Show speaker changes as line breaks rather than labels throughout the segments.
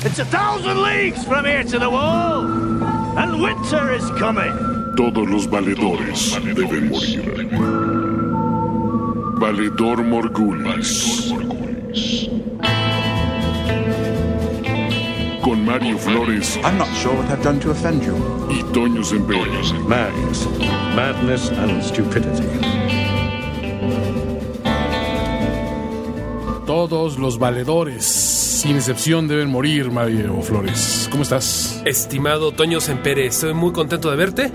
It's a thousand leagues from here to the wall, and winter is coming.
Todos los valedores deben morir. Valedor Morgulis. Con Mario Flores
I'm not sure what I've done to offend you.
y Toño Semper.
Madness. Madness and stupidity.
Todos los valedores, sin excepción, deben morir, Mario Flores. ¿Cómo estás?
Estimado Toño Sempere, estoy muy contento de verte.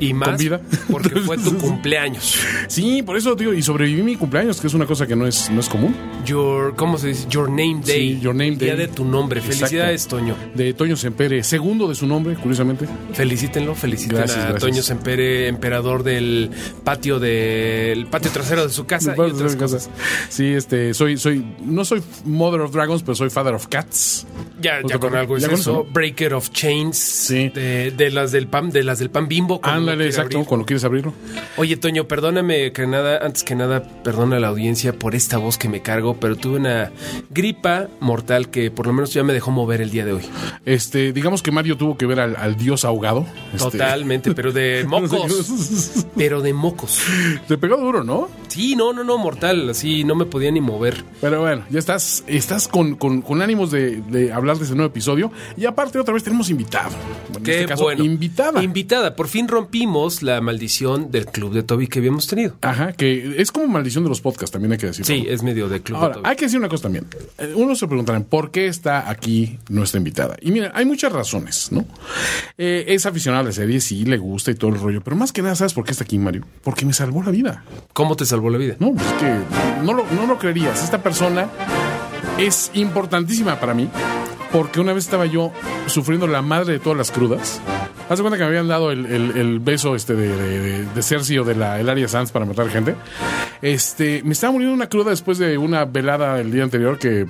Y más
vida.
Ah, porque fue tu cumpleaños.
Sí, por eso, tío, y sobreviví mi cumpleaños, que es una cosa que no es, no es común.
Your, ¿cómo se dice? Your name day.
Sí, your name
Día
day.
de tu nombre.
Exacto.
Felicidades, Toño.
De Toño Sempere, segundo de su nombre, curiosamente.
Felicítenlo, feliciten
Gracias,
a
gracias.
Toño Sempere, emperador del patio del patio trasero de su casa y
Después de
otras
esas
cosas.
cosas. Pues, Sí, este, soy, soy, no soy Mother of Dragons, pero soy Father of Cats.
Ya,
Pues
ya
te
con
acuerdas,
algo es
ya con
eso.
eso, ¿no?
Breaker of Chains.
Sí.
De, de las del pan, de las del pan bimbo. cuando lo
Ándale,
quiere
exacto,
abrir.
cuando quieres abrirlo.
Oye, Toño, perdóname que nada, antes que nada, perdona a la audiencia por esta voz que me cargo, pero tuve una gripa mortal que por lo menos ya me dejó mover el día de hoy.
Este, digamos que Mario tuvo que ver al, al dios ahogado. Este,
Totalmente, pero de mocos. pero de mocos.
Te pegó duro, ¿no?
Sí, no, no, no, mortal. Así no me podía ni mover.
Pero bueno, ya estás, estás con, con- con ánimos de, de hablar de ese nuevo episodio. Y aparte, otra vez tenemos invitado. Bueno, en
Qué
este caso,
bueno.
invitada.
Invitada. Por fin rompimos la maldición del club de Toby que habíamos tenido.
Ajá, que es como maldición de los podcasts, también hay que decirlo.
Sí, es medio de club de
Ahora,
Toby.
hay que decir una cosa también. Eh, Unos se preguntarán, ¿por qué está aquí nuestra invitada? Y mira, hay muchas razones, ¿no? Eh, es aficionada a la serie, sí, le gusta y todo el rollo. Pero más que nada, ¿sabes por qué está aquí, Mario? Porque me salvó la vida.
¿Cómo te salvó la vida?
No, pues que no lo, no lo creerías. Esta persona es importantísima para mí porque una vez estaba yo sufriendo la madre de todas las crudas. Haz de cuenta que me habían dado el, el- el beso este de, de, de- de Cersei o de la el Aria Sanz para matar gente. Este, me estaba muriendo una cruda después de una velada el día anterior que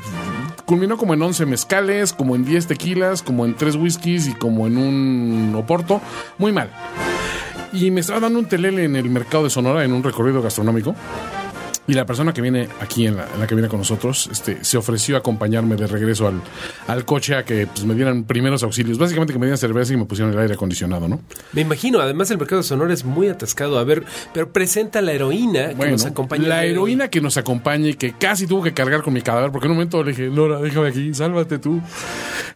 culminó como en 11 mezcales, como en 10 tequilas, como en 3 whiskies y como en un oporto. Muy mal. Y me estaba dando un telele en el mercado de Sonora en un recorrido gastronómico. Y la persona que viene aquí en la, en la que viene con nosotros este, se ofreció a acompañarme de regreso al, al coche a que pues, me dieran primeros auxilios. Básicamente que me dieran cerveza y me pusieron el aire acondicionado, ¿no?
Me imagino, además el mercado de Sonora es muy atascado. A ver, pero presenta a la heroína que nos acompaña.
la heroína que nos acompaña y que casi tuvo que cargar con mi cadáver porque en un momento le dije, Nora, déjame aquí, sálvate tú.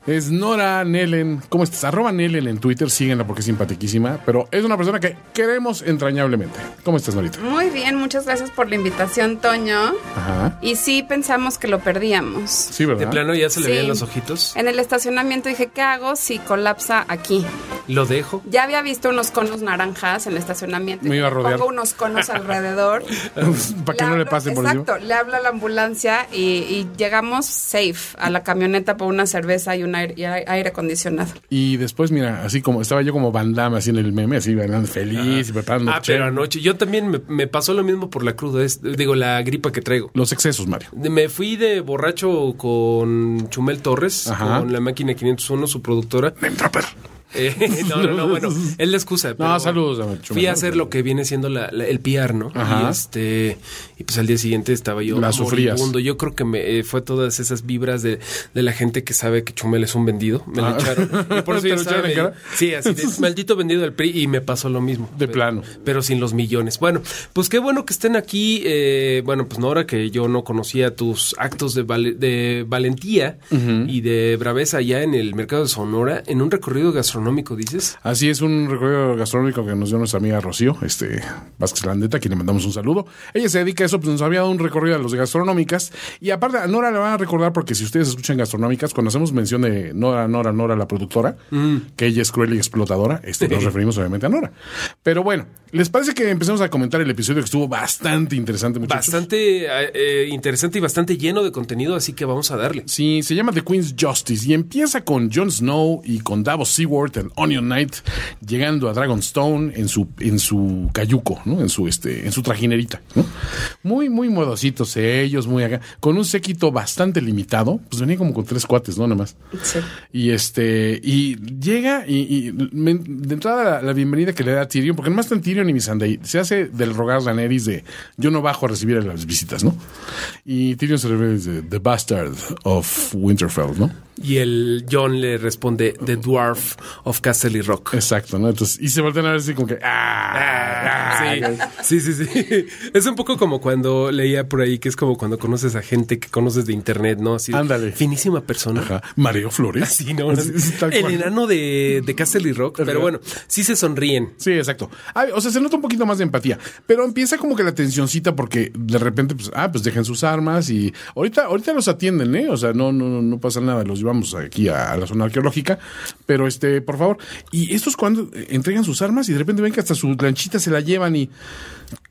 Es Nora Nelen. ¿Cómo estás? Arroba Nelen en Twitter, síguenla porque es simpaticísima, pero es una persona que queremos entrañablemente. ¿Cómo estás, Norita?
Muy bien, muchas gracias por la invitación, Toño.
Ajá.
Y sí, pensamos que lo perdíamos.
Sí, ¿verdad?
De plano ya se le
Sí.
veían los ojitos.
En el estacionamiento dije, ¿qué hago si colapsa aquí?
Lo dejo.
Ya había visto unos conos naranjas en el estacionamiento.
Me iba a rodear.
Pongo unos conos alrededor.
Para que no le
hablo-
pase por encima.
Exacto, le habla a la ambulancia y, y llegamos safe a la camioneta por una cerveza y un aire, y aire- aire acondicionado.
Y después, mira, así como estaba yo como Van Damme así en el meme, así bailando feliz y preparando
Ah,
che-
pero anoche. Yo también me, me pasó lo mismo por la cruda, es- digo, la gripa que traigo.
los excesos, Mario.
De- Me fui de borracho con Chumel Torres,
Ajá.
con la máquina 501, su productora. Eh, no, no, no, bueno, es la excusa. pero
saludos a Chumel.
Fui a hacer lo que viene siendo la- la- el PR, ¿no?
Ajá.
Y este, y pues al día siguiente estaba yo
La sufrías.
moribundo. Yo creo que me eh, fue todas esas vibras de, de la gente que sabe que Chumel es un vendido. Me
Ah.
lo echaron. Y por eso
¿Te
yo
lo echaron
estaba
en
medio-
cara?
Sí, así de maldito vendido del PRI y me pasó lo mismo.
De
Pero-
plano.
Pero sin los millones. Bueno, pues qué bueno que estén aquí. eh, bueno, pues Nora, que yo no conocía tus actos de, vale- de valentía y de braveza allá en el mercado de Sonora, en un recorrido gastronómico, dices.
Así es un recorrido gastronómico que nos dio nuestra amiga Rocío, este Vázquez Landeta, a quien le mandamos un saludo. Ella se dedica a eso, pues nos había dado un recorrido a los de gastronómicas. Y aparte, a Nora la van a recordar porque si ustedes escuchan gastronómicas, cuando hacemos mención de Nora, Nora, Nora, la productora,
Mm.
que ella es cruel y explotadora, este, nos referimos obviamente a Nora. Pero bueno, ¿les parece que empecemos a comentar el episodio que estuvo bastante interesante, muchachos?
Bastante eh, eh, interesante y bastante lleno de contenido, así que vamos a darle.
Sí, se llama The Queen's Justice y empieza con Jon Snow y con Davos Seward Robert and Onion Knight llegando a Dragonstone en su, en su cayuco, ¿no? En su, este, en su trajinerita, ¿no? Muy, muy modositos ellos, muy acá. Con un séquito bastante limitado. Pues venía como con tres cuates, ¿no? Nada más.
Sí.
Y este, y llega y, y me- de entrada la, la bienvenida que le da a Tyrion, porque no tan Tyrion y Missandei, se hace del rogar Daenerys de yo no bajo a recibir a las visitas, ¿no? Y Tyrion se revela y dice, The Bastard of Winterfell, ¿no?
Y el John le responde, The Dwarf of Castle Rock.
Exacto, ¿no? Entonces, y se voltean a ver así como que, ¡ah! ah,
Sí, sí, sí, sí. Es un poco como cuando leía por ahí que es como cuando conoces a gente que conoces de internet, ¿no? Así,
Ándale.
Finísima persona.
Ajá. Mareo Flores.
Así, Ah, ¿no?
Es- es tal
el
cual.
enano de, de Castle Rock. Pero bueno, sí se sonríen.
Sí, exacto. Ah, o sea, se nota un poquito más de empatía, pero empieza como que la tensioncita porque de repente, pues, ah, pues dejen sus armas y ahorita, ahorita los atienden, ¿eh? O sea, no, no, no, no pasa nada, los llevamos aquí a, a la zona arqueológica, pero este, por favor. Y estos cuando eh, entregan sus armas y de repente ven que hasta su lanchita se la llevan y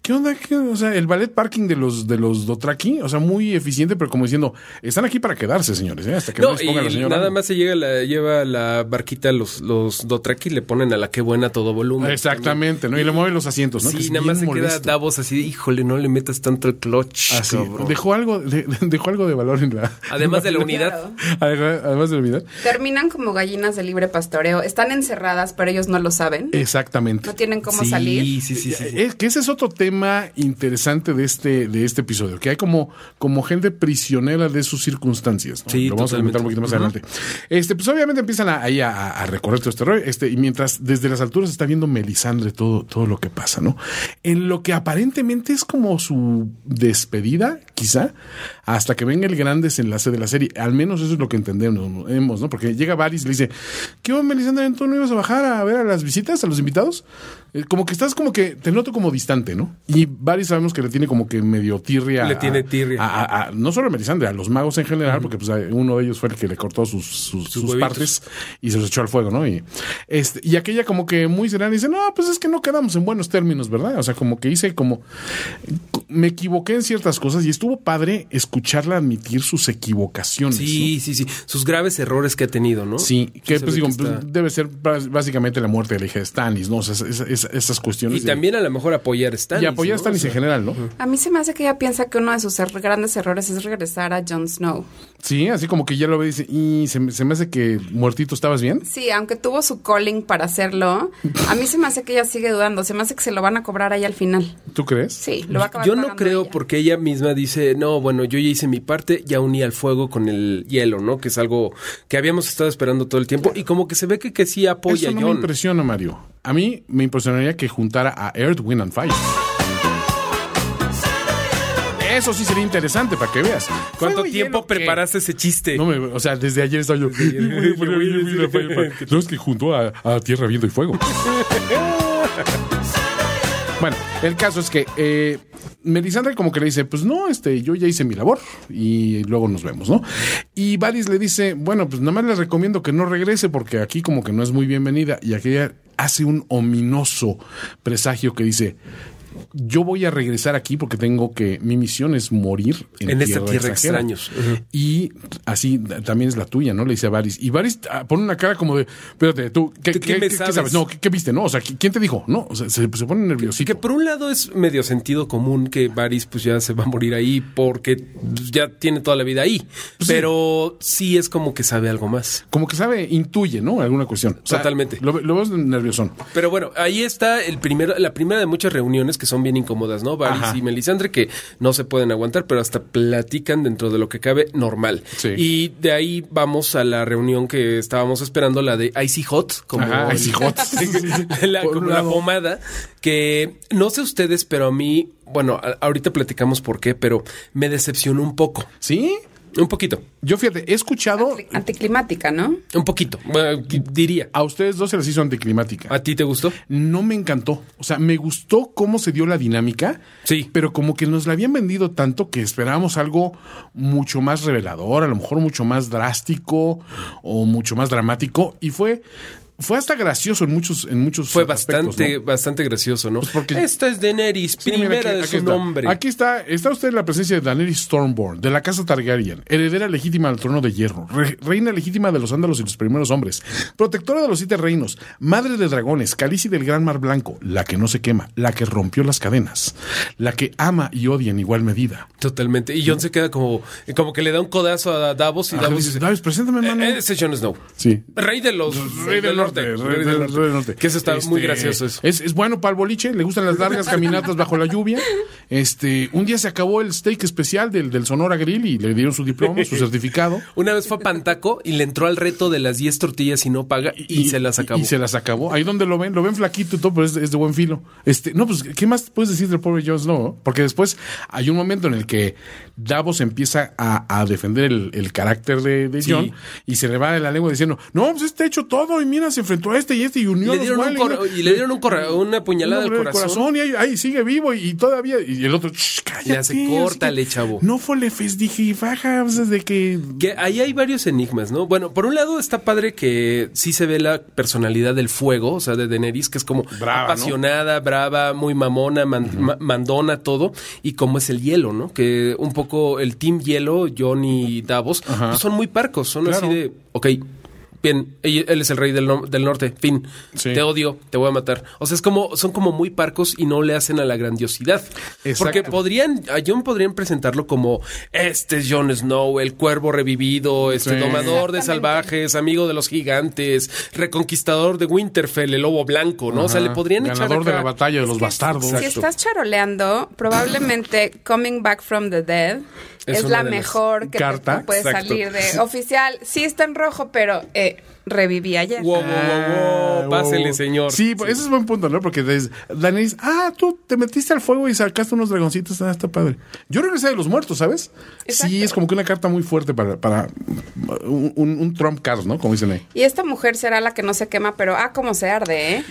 ¿Qué onda? ¿Qué- O sea, el ballet parking de los de los Dotraki, o sea, muy eficiente, pero como diciendo, están aquí para quedarse, señores, ¿eh? hasta que no,
No,
les
y
ponga la señora.
nada
algo.
más se llega la, lleva la barquita los, los Dotraki y le ponen a la que buena a todo volumen.
Exactamente, ¿no? Y le mueven los asientos, ¿no? Que
Sí,
es
nada
bien
más se queda
molesto. Ah,
Davos así, de, híjole, no le metas tanto el clutch.
Así,
cabrón".
dejó algo, de, dejó algo de valor en la.
Además de la unidad.
Además además de la unidad.
Terminan como gallinas de libre pastoreo. Están encerradas, pero ellos no lo saben.
Exactamente.
No tienen cómo
sí,
salir.
Sí, sí, sí. sí.
Es que ese es otro tema interesante de este, de este episodio, que hay como, como gente prisionera de sus circunstancias. ¿no?
Sí,
Lo vamos a comentar un poquito más adelante. Este, pues obviamente empiezan a, ahí a, a- a recorrer todo este rollo, este, y mientras desde las alturas está viendo Melisandre todo, todo lo que pasa, ¿no? En lo que aparentemente es como su despedida, quizá, hasta que venga el gran desenlace de la serie. Al menos eso es lo que entendemos, hemos, ¿no? Porque llega Varys y le dice, ¿qué onda, Melisandre? ¿Tú no ibas a bajar a ver a las visitas, a los invitados? Eh, Como que estás como que, te noto como distante, ¿no? Y Varys sabemos que le tiene como que medio tirria.
Le
a-
tiene tirria.
a- a- a- no solo a Melisandre, a los magos en general, porque pues, uno de ellos fue el que le cortó sus, sus, sus
huevitos.
partes y se los echó al fuego, ¿no? Y, este, y aquella como que muy serena dice, no, pues es que no quedamos en buenos términos, ¿verdad? O sea, como que hice como... Me equivoqué en ciertas cosas y estuvo padre escucharla admitir sus equivocaciones. ¿no?
Sí, sí, sí. Sus graves errores que ha tenido, ¿no?
Sí, que
se
pues
ve
digo,
que está-
pues, debe ser bas- básicamente la muerte de la hija de Stannis, ¿no? O sea, es- es- es- esas cuestiones.
Y
de-
también a lo mejor apoyar a Stannis.
y apoyar a
¿no?
Stannis
O sea,
en general, ¿no?
A mí se me hace que ella piensa que uno de sus er- grandes errores es regresar a Jon Snow.
Sí, así como que ya lo ve y dice, y se, me- se me hace que muertito estabas bien.
Sí, aunque tuvo su calling para hacerlo, a mí se me hace que ella sigue dudando. Se me hace que se lo van a cobrar ahí al final.
¿Tú crees?
Sí, lo va a acabar
Yo no
pagando
creo
ella.
porque ella misma dice, no, bueno, yo ya hice mi parte, ya uní al fuego con el hielo, ¿no? Que es algo que habíamos estado esperando todo el tiempo y como que se ve que, que sí apoya
Eso no
a
me
John.
impresiona, Mario. A mí me impresionaría que juntara a Earth, Wind and Fire. Eso sí sería interesante para que veas.
¿Cuánto
Fuego y
tiempo
hielo, ¿qué?
preparaste ese chiste?
No me- o sea, Este. desde ayer estaba yo. No es que juntó a, a Tierra, Viento y Fuego. Bueno, el caso es que eh, Melisandre como que le dice, pues no, este, yo ya hice mi labor y luego nos vemos, ¿no? Y Varys le dice, bueno, pues nada más le recomiendo que no regrese porque aquí como que no es muy bienvenida y aquella hace un ominoso presagio que dice, yo voy a regresar aquí porque tengo que, mi misión es morir en,
En esta tierra
extranjera".
extraños.
Y así t- también es la tuya, ¿no? Le dice a Varys. Y Varys ah, pone una cara como de, espérate, tú, ¿qué,
¿Tú
qué,
qué me
qué- qué
sabes?
sabes? No, ¿qué, qué viste? No, o sea, ¿qui- ¿quién te dijo? No, o sea, se, se pone nerviosito.
Que por un lado es medio sentido común que Varys pues ya se va a morir ahí porque pues, ya tiene toda la vida ahí.
Pues
Pero sí es como que sabe algo más.
como que sabe, intuye, ¿no? Alguna cuestión. O sea,
Totalmente.
Lo, lo ves nerviosón.
Pero bueno, ahí está el primero, la primera de muchas reuniones que son bien incómodas, ¿no? Varys
Ajá.
y Melisandre que no se pueden aguantar, pero hasta platican dentro de lo que cabe normal.
Sí.
Y de ahí vamos a la reunión que estábamos esperando, la de Icy Hot, como
Ajá, Icy Hot.
la,
Por un
como la
lado.
pomada, que no sé ustedes, pero a mí, bueno, a- ahorita platicamos por qué, pero me decepcionó un poco,
¿Sí?
un poquito,
Yo fíjate, he escuchado
Anti- Anticlimática, ¿no?
un poquito, bueno, diría.
a ustedes dos se les hizo anticlimática.
¿A ti te gustó?
no me encantó. O sea, me gustó cómo se dio la dinámica.
Sí.
Pero como que nos la habían vendido tanto que esperábamos algo mucho más revelador, a lo mejor mucho más drástico o mucho más dramático. Y fue fue hasta gracioso en muchos en muchos
Fue
aspectos,
bastante,
¿no?
bastante gracioso, ¿no?
Pues porque-
Esta es Daenerys,
Sí, mira,
primera
aquí-
de
aquí
su
está.
nombre.
Aquí está, está usted en la presencia de Daenerys Stormborn, de la casa Targaryen, heredera legítima del trono de hierro, re- reina legítima de los ándalos y los primeros hombres, protectora de los siete reinos, madre de dragones, calici del gran mar blanco, la que no se quema, la que rompió las cadenas, la que ama y odia en igual medida.
Totalmente. Y John se queda como, como que le da un codazo a Davos y
Mm. Ajá,
Davos
dice,
dice,
"Davos, preséntame, mano".
"Eh, Ese es Jon Snow.
Sí.
Rey de los
Rey del norte,
Rey del norte. Que eso está
Este,
muy gracioso eso.
Es, es bueno para el boliche, le gustan las largas caminatas bajo la lluvia. Este, un día se acabó el steak especial del, del Sonora Grill y le dieron su diploma, su certificado.
Una vez fue a Pantaco y le entró al reto de las 10 tortillas y no paga y, se las acabó.
Y se las acabó. Ahí donde lo ven, lo ven flaquito y todo, pero es, es de buen filo. Este, no, pues, ¿qué más puedes decir del pobre Jon Snow? Porque después hay un momento en el que Davos empieza a, a defender el, el carácter de, de
Sí.
Jon y se le va de la lengua diciendo, no, pues este ha hecho todo y mira, se enfrentó a este y este y unió a
le
los
dieron un
cuales".
cor- y le dieron un corra- una puñalada
No,
al
hombre,
corazón.
y ahí, ahí sigue vivo y, y todavía. Y el otro, "Shh, cállate.
Ya se
así
córtale,
que
chavo.
No fue lefes, dije, baja, pues, desde que.
Que ahí hay varios enigmas, ¿no? Bueno, por un lado está padre que sí se ve la personalidad del fuego, o sea, de Daenerys, que es como
Brava,
apasionada, brava, muy mamona, man- ma- mandona, todo, y como es el hielo, ¿no? Que un poco el team hielo, Jon y Davos, pues son muy parcos, son
Claro.
así de, ok. Bien, ella- él es el rey del, no- del norte, fin.
Sí.
Te odio, te voy a matar. O sea, es como, son como muy parcos y no le hacen a la grandiosidad.
Exacto.
Porque podrían, a John podrían presentarlo como este es Jon Snow, el cuervo revivido,
Sí.
este domador de
Exactamente.
salvajes, amigo de los gigantes, reconquistador de Winterfell, el lobo blanco, ¿no? o sea, le podrían
Ganador
echar
de la
acá-
batalla de
Es
los
que
bastardos.
Si estás charoleando, probablemente Coming Back from the Dead
Es
es,
una
la
de las
mejor que
carta,
te puede
exacto.
salir de oficial. Sí está en rojo, pero eh, reviví ayer.
Wow, wow, wow, wow, pásele, señor.
Ah, Sí, pues, ese es buen punto, ¿no? Porque des- Daenerys, ah, tú te metiste al fuego y sacaste unos dragoncitos, ah, está padre. Yo regresé de los muertos, ¿sabes? Sí,
Exacto.
es como que una carta muy fuerte para, para un, un- un Trump card, ¿no? Como dicen ahí.
Y esta mujer será la que no se quema, pero ah, cómo se arde, ¿eh?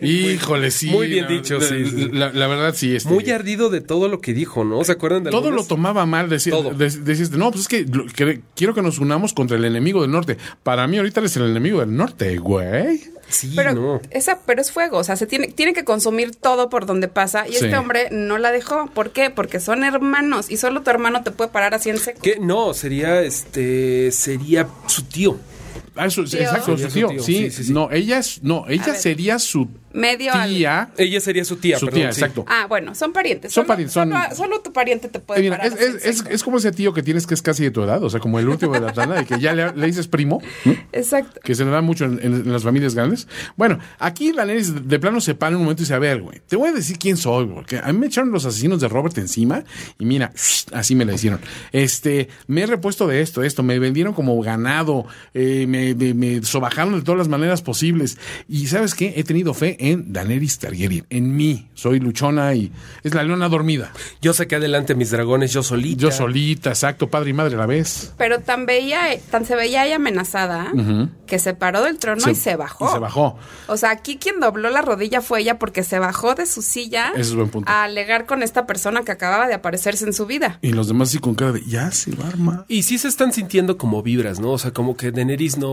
Híjole, sí.
muy bien
la-
dicho,
la,
sí, sí.
La, la verdad, sí. Este,
Muy ardido de todo lo que dijo, ¿no? ¿Se acuerdan de
Todo lo
algunas?
tomaba mal, decía,
Todo.
de- decía este, no, pues es que, lo- que- quiero que nos unamos contra el enemigo del norte. Para mí ahorita eres el enemigo del norte, güey.
Sí,
Pero,
no.
esa, pero es fuego, o sea, se tiene, tiene que consumir todo por donde pasa. Y
Sí.
este hombre no la dejó. ¿Por qué? Porque son hermanos y solo tu hermano te puede parar así en seco.
Que no, sería este, sería su tío.
Ah, eso,
Tío.
exacto, su
Sería su
tío.
tío,
Sí,
sí, sí, sí.
no, ella es, no, ella
ver.
sería su
Medio al-
tía.
Ella sería su tía,
su
perdón,
tía,
sí.
exacto.
Ah, bueno, son parientes.
Son
Solo-
parientes, son-
Solo, solo tu pariente te
Eh,
puede
mira,
parar.
es,
así en
es- es-
seco.
es como ese tío que tienes que es casi de tu edad, o sea, como el último de la tanda, de que ya le, le dices primo, ¿no?
Exacto.
que se le da mucho en, en las familias grandes. Bueno, aquí la nena de plano se para en un momento y dice, a ver, güey, te voy a decir quién soy, güey, porque a mí me echaron los asesinos de Robert encima y mira, así me la hicieron. Este, me he repuesto de esto, de esto, me vendieron como ganado, eh, me, me- me sobajaron de todas las maneras posibles. Y ¿sabes qué? He tenido fe en Daenerys Targaryen, en mí. Soy luchona y es la leona dormida.
Yo saqué adelante mis dragones yo solita.
Yo solita, exacto, padre y madre a la vez.
Pero tan veía, tan se veía ella amenazada que se paró del trono y se bajó.
y se bajó.
O sea, aquí quien dobló la rodilla fue ella porque se bajó de su silla
Ese es buen punto.
a alegar con esta persona que acababa de aparecerse en su vida.
Y los demás así con cara de, ya se va a armar.
Y sí se están sintiendo como vibras, ¿no? O sea, como que Daenerys no...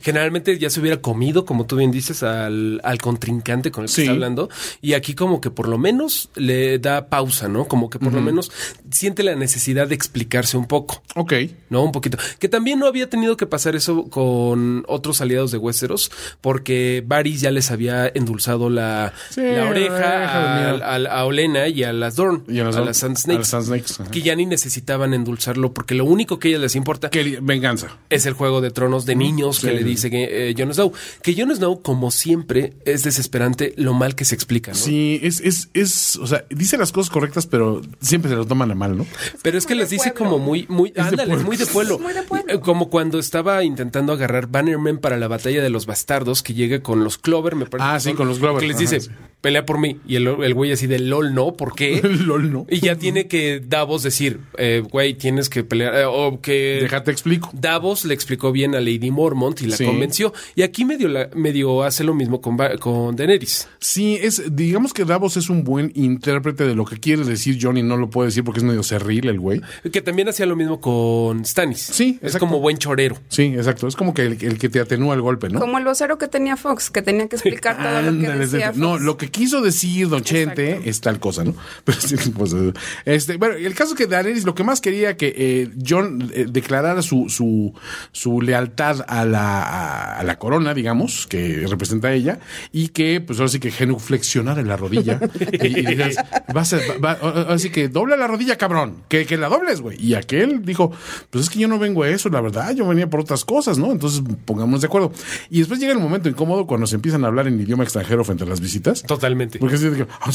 generalmente ya se hubiera comido, como tú bien dices, al, al contrincante con el que
Sí.
está hablando. Y aquí como que por lo menos le da pausa, ¿no? Como que por lo menos siente la necesidad de explicarse un poco.
Ok.
¿no? Un poquito. Que también no había tenido que pasar eso con otros aliados de Westeros, porque Varys ya les había endulzado la,
Sí,
la
la oreja
oreja
de
al-
miedo.
al- a, Olena y a las Dorn,
Y a las Dorn,
las Sand
a las Sand Snakes, ajá.
que ya ni necesitaban endulzarlo, porque lo único que a ellas les importa
Quería- venganza.
es el juego de tronos de niños que
Sí,
le
sí.
dice que, eh, Jon Snow. Que Jon Snow, como siempre, es desesperante lo mal que se explica, ¿no?
Sí, es, es, es, o sea, dice las cosas correctas, pero siempre se las toman a mal, ¿no?
Pero es que
muy
les
de
dice
pueblo.
como muy, muy,
de
ándale,
pueblo.
muy de pueblo.
Es muy de pueblo.
Eh, Como cuando estaba intentando agarrar Bannerman para la batalla de los bastardos, que llega con los Clover, me parece.
Ah,
que
sí,
son,
con los Clover.
Que les
Ajá,
dice,
sí.
pelea por mí. Y el, el güey así de LOL no, ¿por qué?
LOL, ¿no?
Y ya tiene que Davos decir, eh, güey, tienes que pelear, eh, o que...
Déjate explico.
Davos le explicó bien a Lady Mormont y la
Sí.
convenció. Y aquí medio, la- medio hace lo mismo con, Ba- con con Daenerys.
Sí, es, digamos que Davos es un buen intérprete de lo que quiere decir Johnny, no lo puede decir porque es medio cerril el güey.
Que también hacía lo mismo con Stannis.
Sí,
es
exacto.
como buen chorero.
Sí, exacto. Es como que el, el que te atenúa el golpe, ¿no?
Como el vocero que tenía Fox, que tenía que explicar todo lo que
Ándale,
decía
etcétera.
Fox.
no, lo que quiso decir Don Chente
Exacto.
es tal cosa, ¿no? Pero sí, pues, eh, este, bueno, el caso es que Daenerys lo que más quería que eh, John declarara su, su, su lealtad a la, a, a la corona, digamos, que representa a ella, y que, pues ahora sí que genuflexionara la rodilla. y, y dijeras, vas a- va- va- ahora sí que dobla la rodilla, cabrón, que, que la dobles, güey. Y aquel dijo, pues es que yo no vengo a eso, la verdad, yo venía por otras cosas, ¿no? Entonces pongámonos de acuerdo. Y después llega el momento incómodo cuando se empiezan a hablar en idioma extranjero frente a las visitas.
Totalmente.
Porque así de que. ah,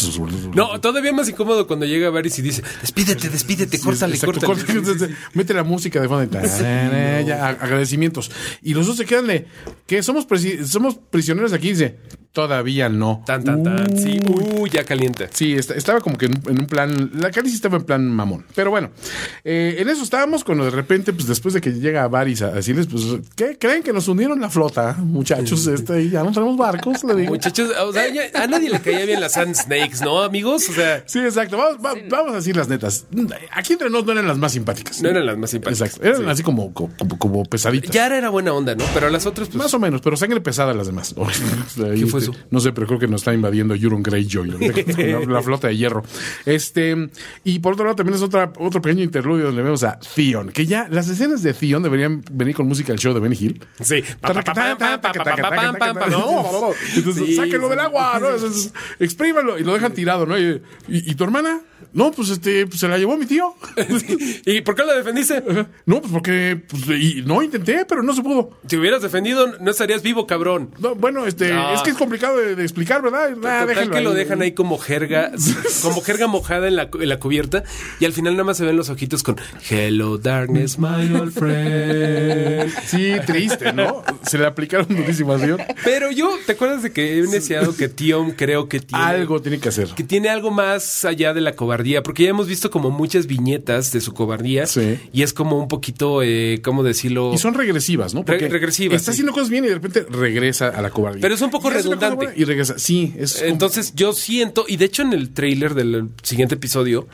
No, todavía más incómodo cuando llega Varys y dice, despídete, despídete, córtale,
Exacto,
córtale.
corta- Mete la música de fondo. y ta- ya, a- agradecimientos. Y los dos se quedan de que somos, presi- somos prisioneros aquí. Dice, todavía no.
Tan, tan, tan. Sí, uy, ya calienta.
Sí, est- estaba como que en, un- en un plan. La Cali sí estaba en plan mamón. Pero bueno, eh, en eso estábamos cuando de repente, pues después de que llega Varys a decirles, pues, ¿qué creen que nos unieron la flota, muchachos? Este, ya no tenemos barcos, le digo.
Muchachos, o sea, ya- a nadie le caía bien las Sand Snakes, ¿no, amigos? O sea,
Sí, exacto. Vamos, va- vamos a decir las netas. Aquí entre nos no eran las más simpáticas.
No eran las más simpáticas.
Exacto. Eran
Sí.
así como, como, como pesaditas.
Yara era buena onda, ¿no? Pero las otras, pues,
Más o menos, pero sangre pesada las demás. O sea, ahí,
¿Qué fue
este,
eso?
No sé, pero creo que nos está invadiendo Euron Greyjoy, la, la flota de hierro. Este, y por otro lado también es otra, otro pequeño interludio donde vemos a Theon, que ya las escenas de Theon deberían venir con música al show de Benny Hill.
sí.
Entonces,
Sí.
sáquenlo del agua, ¿no? Entonces, exprímalo y lo dejan tirado, ¿no? Y, y- ¿y tu hermana? No, pues este, pues, se la llevó mi tío.
¿Y por qué la defendiste?
No, pues porque, pues, y, no intenté, pero no se pudo.
Si hubieras defendido, no estarías vivo, cabrón.
No, bueno, este,
No.
es que es complicado de, de explicar, ¿verdad? Nah,
Total
déjenlo
que lo
Ah, ahí.
dejan ahí como jerga, como jerga mojada en la, en la cubierta y al final nada más se ven los ojitos con Hello darkness my old friend.
Sí, triste, ¿no? Se le aplicaron durísimas, ¿sí?
Pero yo, ¿te acuerdas de que he deseado que Tion creo que tiene
Algo tiene que hacer.
que tiene algo más allá de la cobardía, porque ya hemos visto como muchas viñetas de su cobardía
Sí.
y es como un poquito, eh, ¿cómo decirlo?
Y son regresivas, ¿no?
Re- regresivas,
Está
sí.
haciendo cosas bien y de repente regresa a la cobardía.
Pero es un poco
Y hace una cosa
redundante.
buena Y regresa. Sí, es. como-
Entonces yo siento, y de hecho en el trailer del siguiente episodio,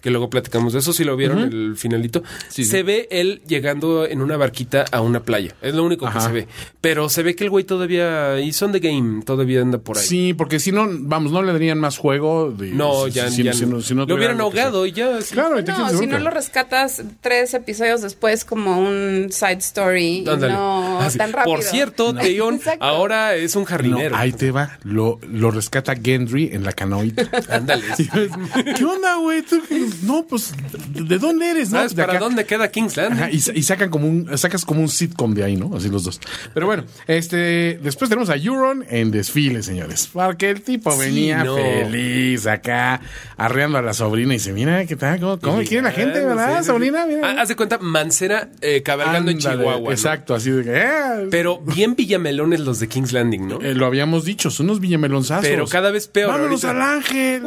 que luego platicamos de eso, si lo vieron el finalito, se ve él llegando en una barquita a una playa. Es lo único
Ajá.
que se ve. Pero se ve que el güey todavía hizo on the game, todavía anda por ahí.
Sí, porque si no, vamos, no le darían más juego. de-
No,
si-
ya,
si-
ya
si no- si no
lo
tuviera
hubieran
algo que
ahogado y ya.
hacer.
sí.
Claro, y te
No,
quedas
si no
de
lo
boca.
rescatas tres episodios después como un side story y
Ándale.
no
Ah, sí.
tan rápido.
Por cierto, Teon
Exacto.
ahora es un jardinero.
No, ahí te va. Lo, lo rescata Gendry en la canoita.
Ándale.
Sí, es- ¿Qué onda, güey? Tú- No, pues, ¿de dónde eres? No,
¿Sabes
pues De
Ah, para
acá.
dónde queda Kingsland?
Ajá, y, sa- y sacan como un, sacas como un sitcom de ahí, ¿no? Así los dos. Pero bueno, este, después tenemos a Euron en desfile, señores. Porque el tipo
Sí,
venía
no.
feliz acá, arreando a la sobrina y dice, mira, ¿qué tal? ¿Cómo, cómo me quiere la gente,
Ah, no
verdad,
sé.
sobrina? Mira.
Ah, Haz de cuenta, Mancera eh, cabalgando en
Ándale,
Chihuahua. ¿no?
Exacto, así de que, eh,
Pero bien villamelones los de King's Landing, ¿no?
eh, lo habíamos dicho, son unos villamelonzazos.
Pero cada vez peor
Vámonos
ahorita. Uh,
al ángel.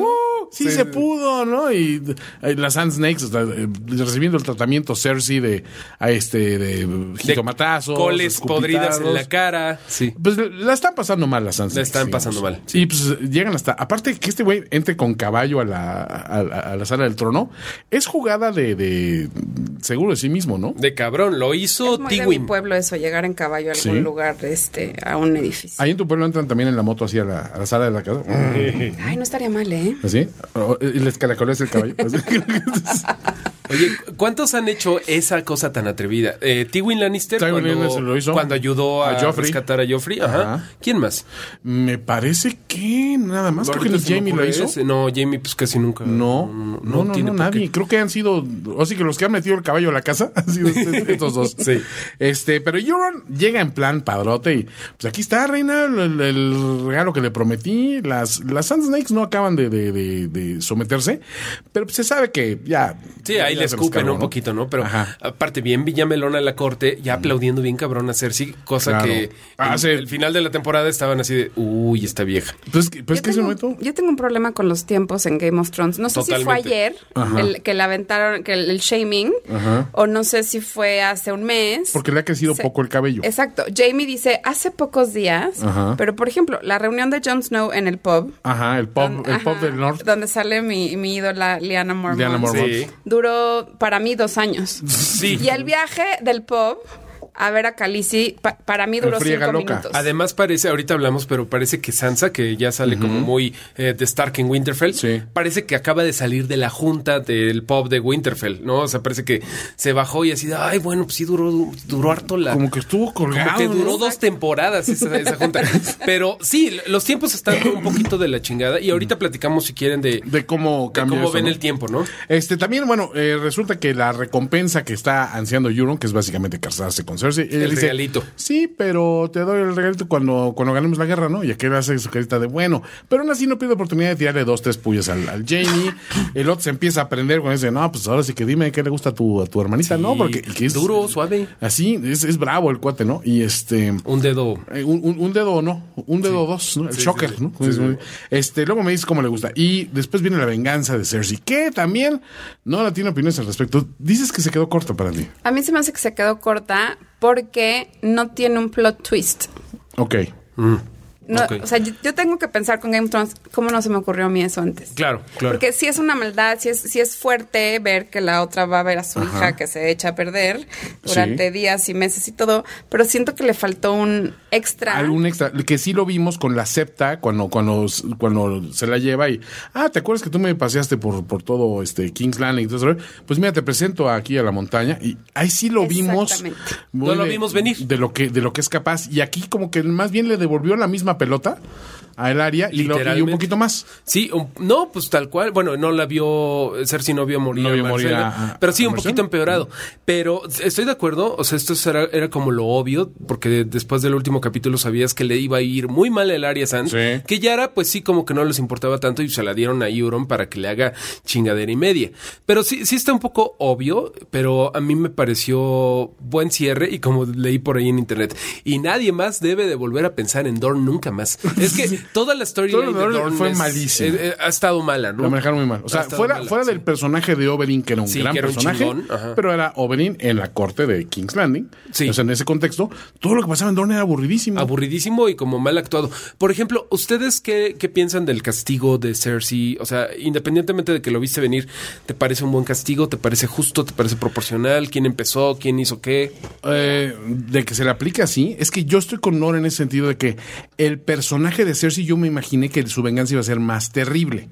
sí,
sí,
se
sí.
pudo, ¿no? Y eh, las Sand Snakes o sea, eh, recibiendo el tratamiento Cersei de a este de jitomatazos,
Coles
escupitazos.
podridas en la cara. Sí.
Pues la están pasando mal las Sand Snakes.
La están
digamos.
pasando mal,
Y pues llegan hasta. Aparte que este güey entre con caballo a la, a, la- a la sala del trono, es jugada de, de seguro de sí mismo, ¿no?
De cabrón, lo hizo
Es muy de mi
Tywin.
pueblo eso, llegar en caballo a algún
Sí.
lugar, este, a un edificio.
Ahí en tu pueblo entran también en la moto así a la, a la sala de la casa.
Ay, no estaría mal, ¿eh?
Así. O- Y les caracoles el caballo. Así.
Oye, ¿cuántos han hecho esa cosa tan atrevida? Eh, Tywin Lannister
Tywin
cuando,
Lannister lo hizo.
cuando ayudó a,
A Joffrey.
rescatar a Joffrey. Ajá.
Ajá.
¿Quién más?
Me parece que nada más. Creo que
Ahorita
ni
se me
Jamie lo
ocurre
hizo.
ese. No, Jamie pues casi nunca.
No, no, no,
tiene
no,
por qué.
nadie. Creo que han sido, así que los que han metido el caballo a la casa han sido ustedes, estos dos.
Sí.
Este, pero Euron llega en plan padrote y pues aquí está, reina, el, el regalo que le prometí. Las, las Sand Snakes no acaban de, de- de- de someterse, pero pues, se sabe que ya.
Sí, ahí le
se lo
escupen
descargó,
un
¿no?
poquito, ¿no? Pero
Ajá. Mm.
aparte, bien Villamelona la corte, ya aplaudiendo bien cabrón a Cersei, cosa
Claro.
que
Ah,
en
sí.
el final de la temporada estaban así de, uy, esta vieja.
Pues, que- pues
Yo
que ese
tengo-
momento.
Yo tengo un problema con los tiempos en Game of Thrones. No sé si fue
Totalmente.
ayer
Ajá.
el- que la aventaron, que el, el shaming,
Ajá.
o no sé si fue hace un mes.
Porque le ha crecido
Se-
poco el cabello.
Exacto. Jamie dice hace pocos días,
Ajá.
pero por ejemplo, la reunión de Jon Snow en el pub.
Ajá, el pop,
don-
el pop
ajá,
del norte.
Donde sale mi, mi ídola Liana Mormont.
Liana Mormont.
Sí.
Duró para mí dos años.
Sí.
Y el viaje del pub a ver a Khaleesi, pa- para mí
En
duró
friega
cinco
loca.
minutos.
Pues, Además parece, ahorita hablamos, pero parece que Sansa, que ya sale como muy eh, de Stark en Winterfell,
Sí.
parece que acaba de salir de la junta del pub de Winterfell, ¿no? O sea, parece que se bajó y así, de, ay, bueno, pues sí duró, duró harto la...
Como que estuvo colgado.
Como que duró
¿no?
dos temporadas esa, esa junta. Pero sí, los tiempos están un poquito de la chingada. Y ahorita platicamos, si quieren, de, de
De cómo cambia
cómo
eso,
ven
¿no?
el tiempo, ¿no?
Este, también, bueno, eh, resulta que la recompensa que está ansiando Euron, que es básicamente casarse con Cersei. ella
El regalito.
Sí, pero te doy el regalito cuando, cuando ganemos la guerra, ¿no? Y aquel hace su carita de bueno. Pero aún así no pierde oportunidad de tirarle dos, tres puyas al, al Jamie. El otro se empieza a aprender cuando dice, no, pues ahora sí que dime qué le gusta a tu, a tu hermanita, ¿no? Porque el que es
Duro, suave.
Así, es, es bravo el cuate, ¿no? Y este.
Un dedo.
Eh, Un, un- un dedo o no, un dedo o dos, ¿no? El shocker, ¿no? Este, luego me dice cómo le gusta. Y después viene la venganza de Cersei, que también no la tiene opiniones al respecto. Dices que se quedó corta para ti.
A mí se me hace que se quedó corta porque no tiene un plot twist.
Ok.
mm,
No,
Ok.
O sea, yo, yo tengo que pensar con Game of Thrones, ¿cómo no se me ocurrió a mí eso antes?
Claro, claro.
Porque si es una maldad, si es, si es fuerte ver que la otra va a ver a su hija que se echa a perder durante
Sí.
días y meses y todo, pero siento que le faltó un extra.
Algún extra, que sí lo vimos con la septa cuando, cuando, cuando se la lleva y, ah, ¿te acuerdas que tú me paseaste por, por todo este King's Landing? y todo eso? Pues mira, te presento aquí a la montaña y ahí sí lo vimos.
Exactamente.
muy
No lo
de-
vimos venir.
De lo, que, de lo que es capaz. Y aquí como que más bien le devolvió la misma pelota a el área y, lo, y un
Literalmente.
poquito más.
Sí, un- no, pues tal cual. Bueno, no la vio, Cersei no vio morir.
No
a
vio morir
Marcela,
a- a-
pero sí,
a
un
Marcela.
poquito empeorado. Pero estoy de acuerdo, o sea, esto era, era como lo obvio, porque después del último capítulo sabías que le iba a ir muy mal el Arya Sands.
Sí.
Que Yara, pues sí, como que no les importaba tanto y se la dieron a Euron para que le haga chingadera y media. Pero sí, sí está un poco obvio, pero a mí me pareció buen cierre y como leí por ahí en internet. Y nadie más debe de volver a pensar en Dorn nunca más. Es que toda la historia
Todo lo
Lady
de Dorne
Dorne
fue
es-
malísima.
eh, eh, ha estado mala, ¿no?
Lo manejaron muy mal. O
Ha
sea,
estado
fuera,
mala,
fuera
sí.
del personaje de Oberyn, que era un
Sí,
gran
que era un
personaje,
chingón, ajá.
pero era Oberyn en la corte de King's Landing.
Sí.
O sea, en ese contexto, todo lo que pasaba en Dorne era aburridísimo.
Aburridísimo y como mal actuado. Por ejemplo, ¿ustedes qué, qué piensan del castigo de Cersei? O sea, independientemente de que lo viste venir, ¿te parece un buen castigo? ¿Te parece justo? ¿Te parece proporcional? ¿Quién empezó? ¿Quién hizo qué?
Eh, de que se le aplique así, es que yo estoy con Nora en el sentido de que el personaje de Cersei yo me imaginé que su venganza iba a ser más terrible.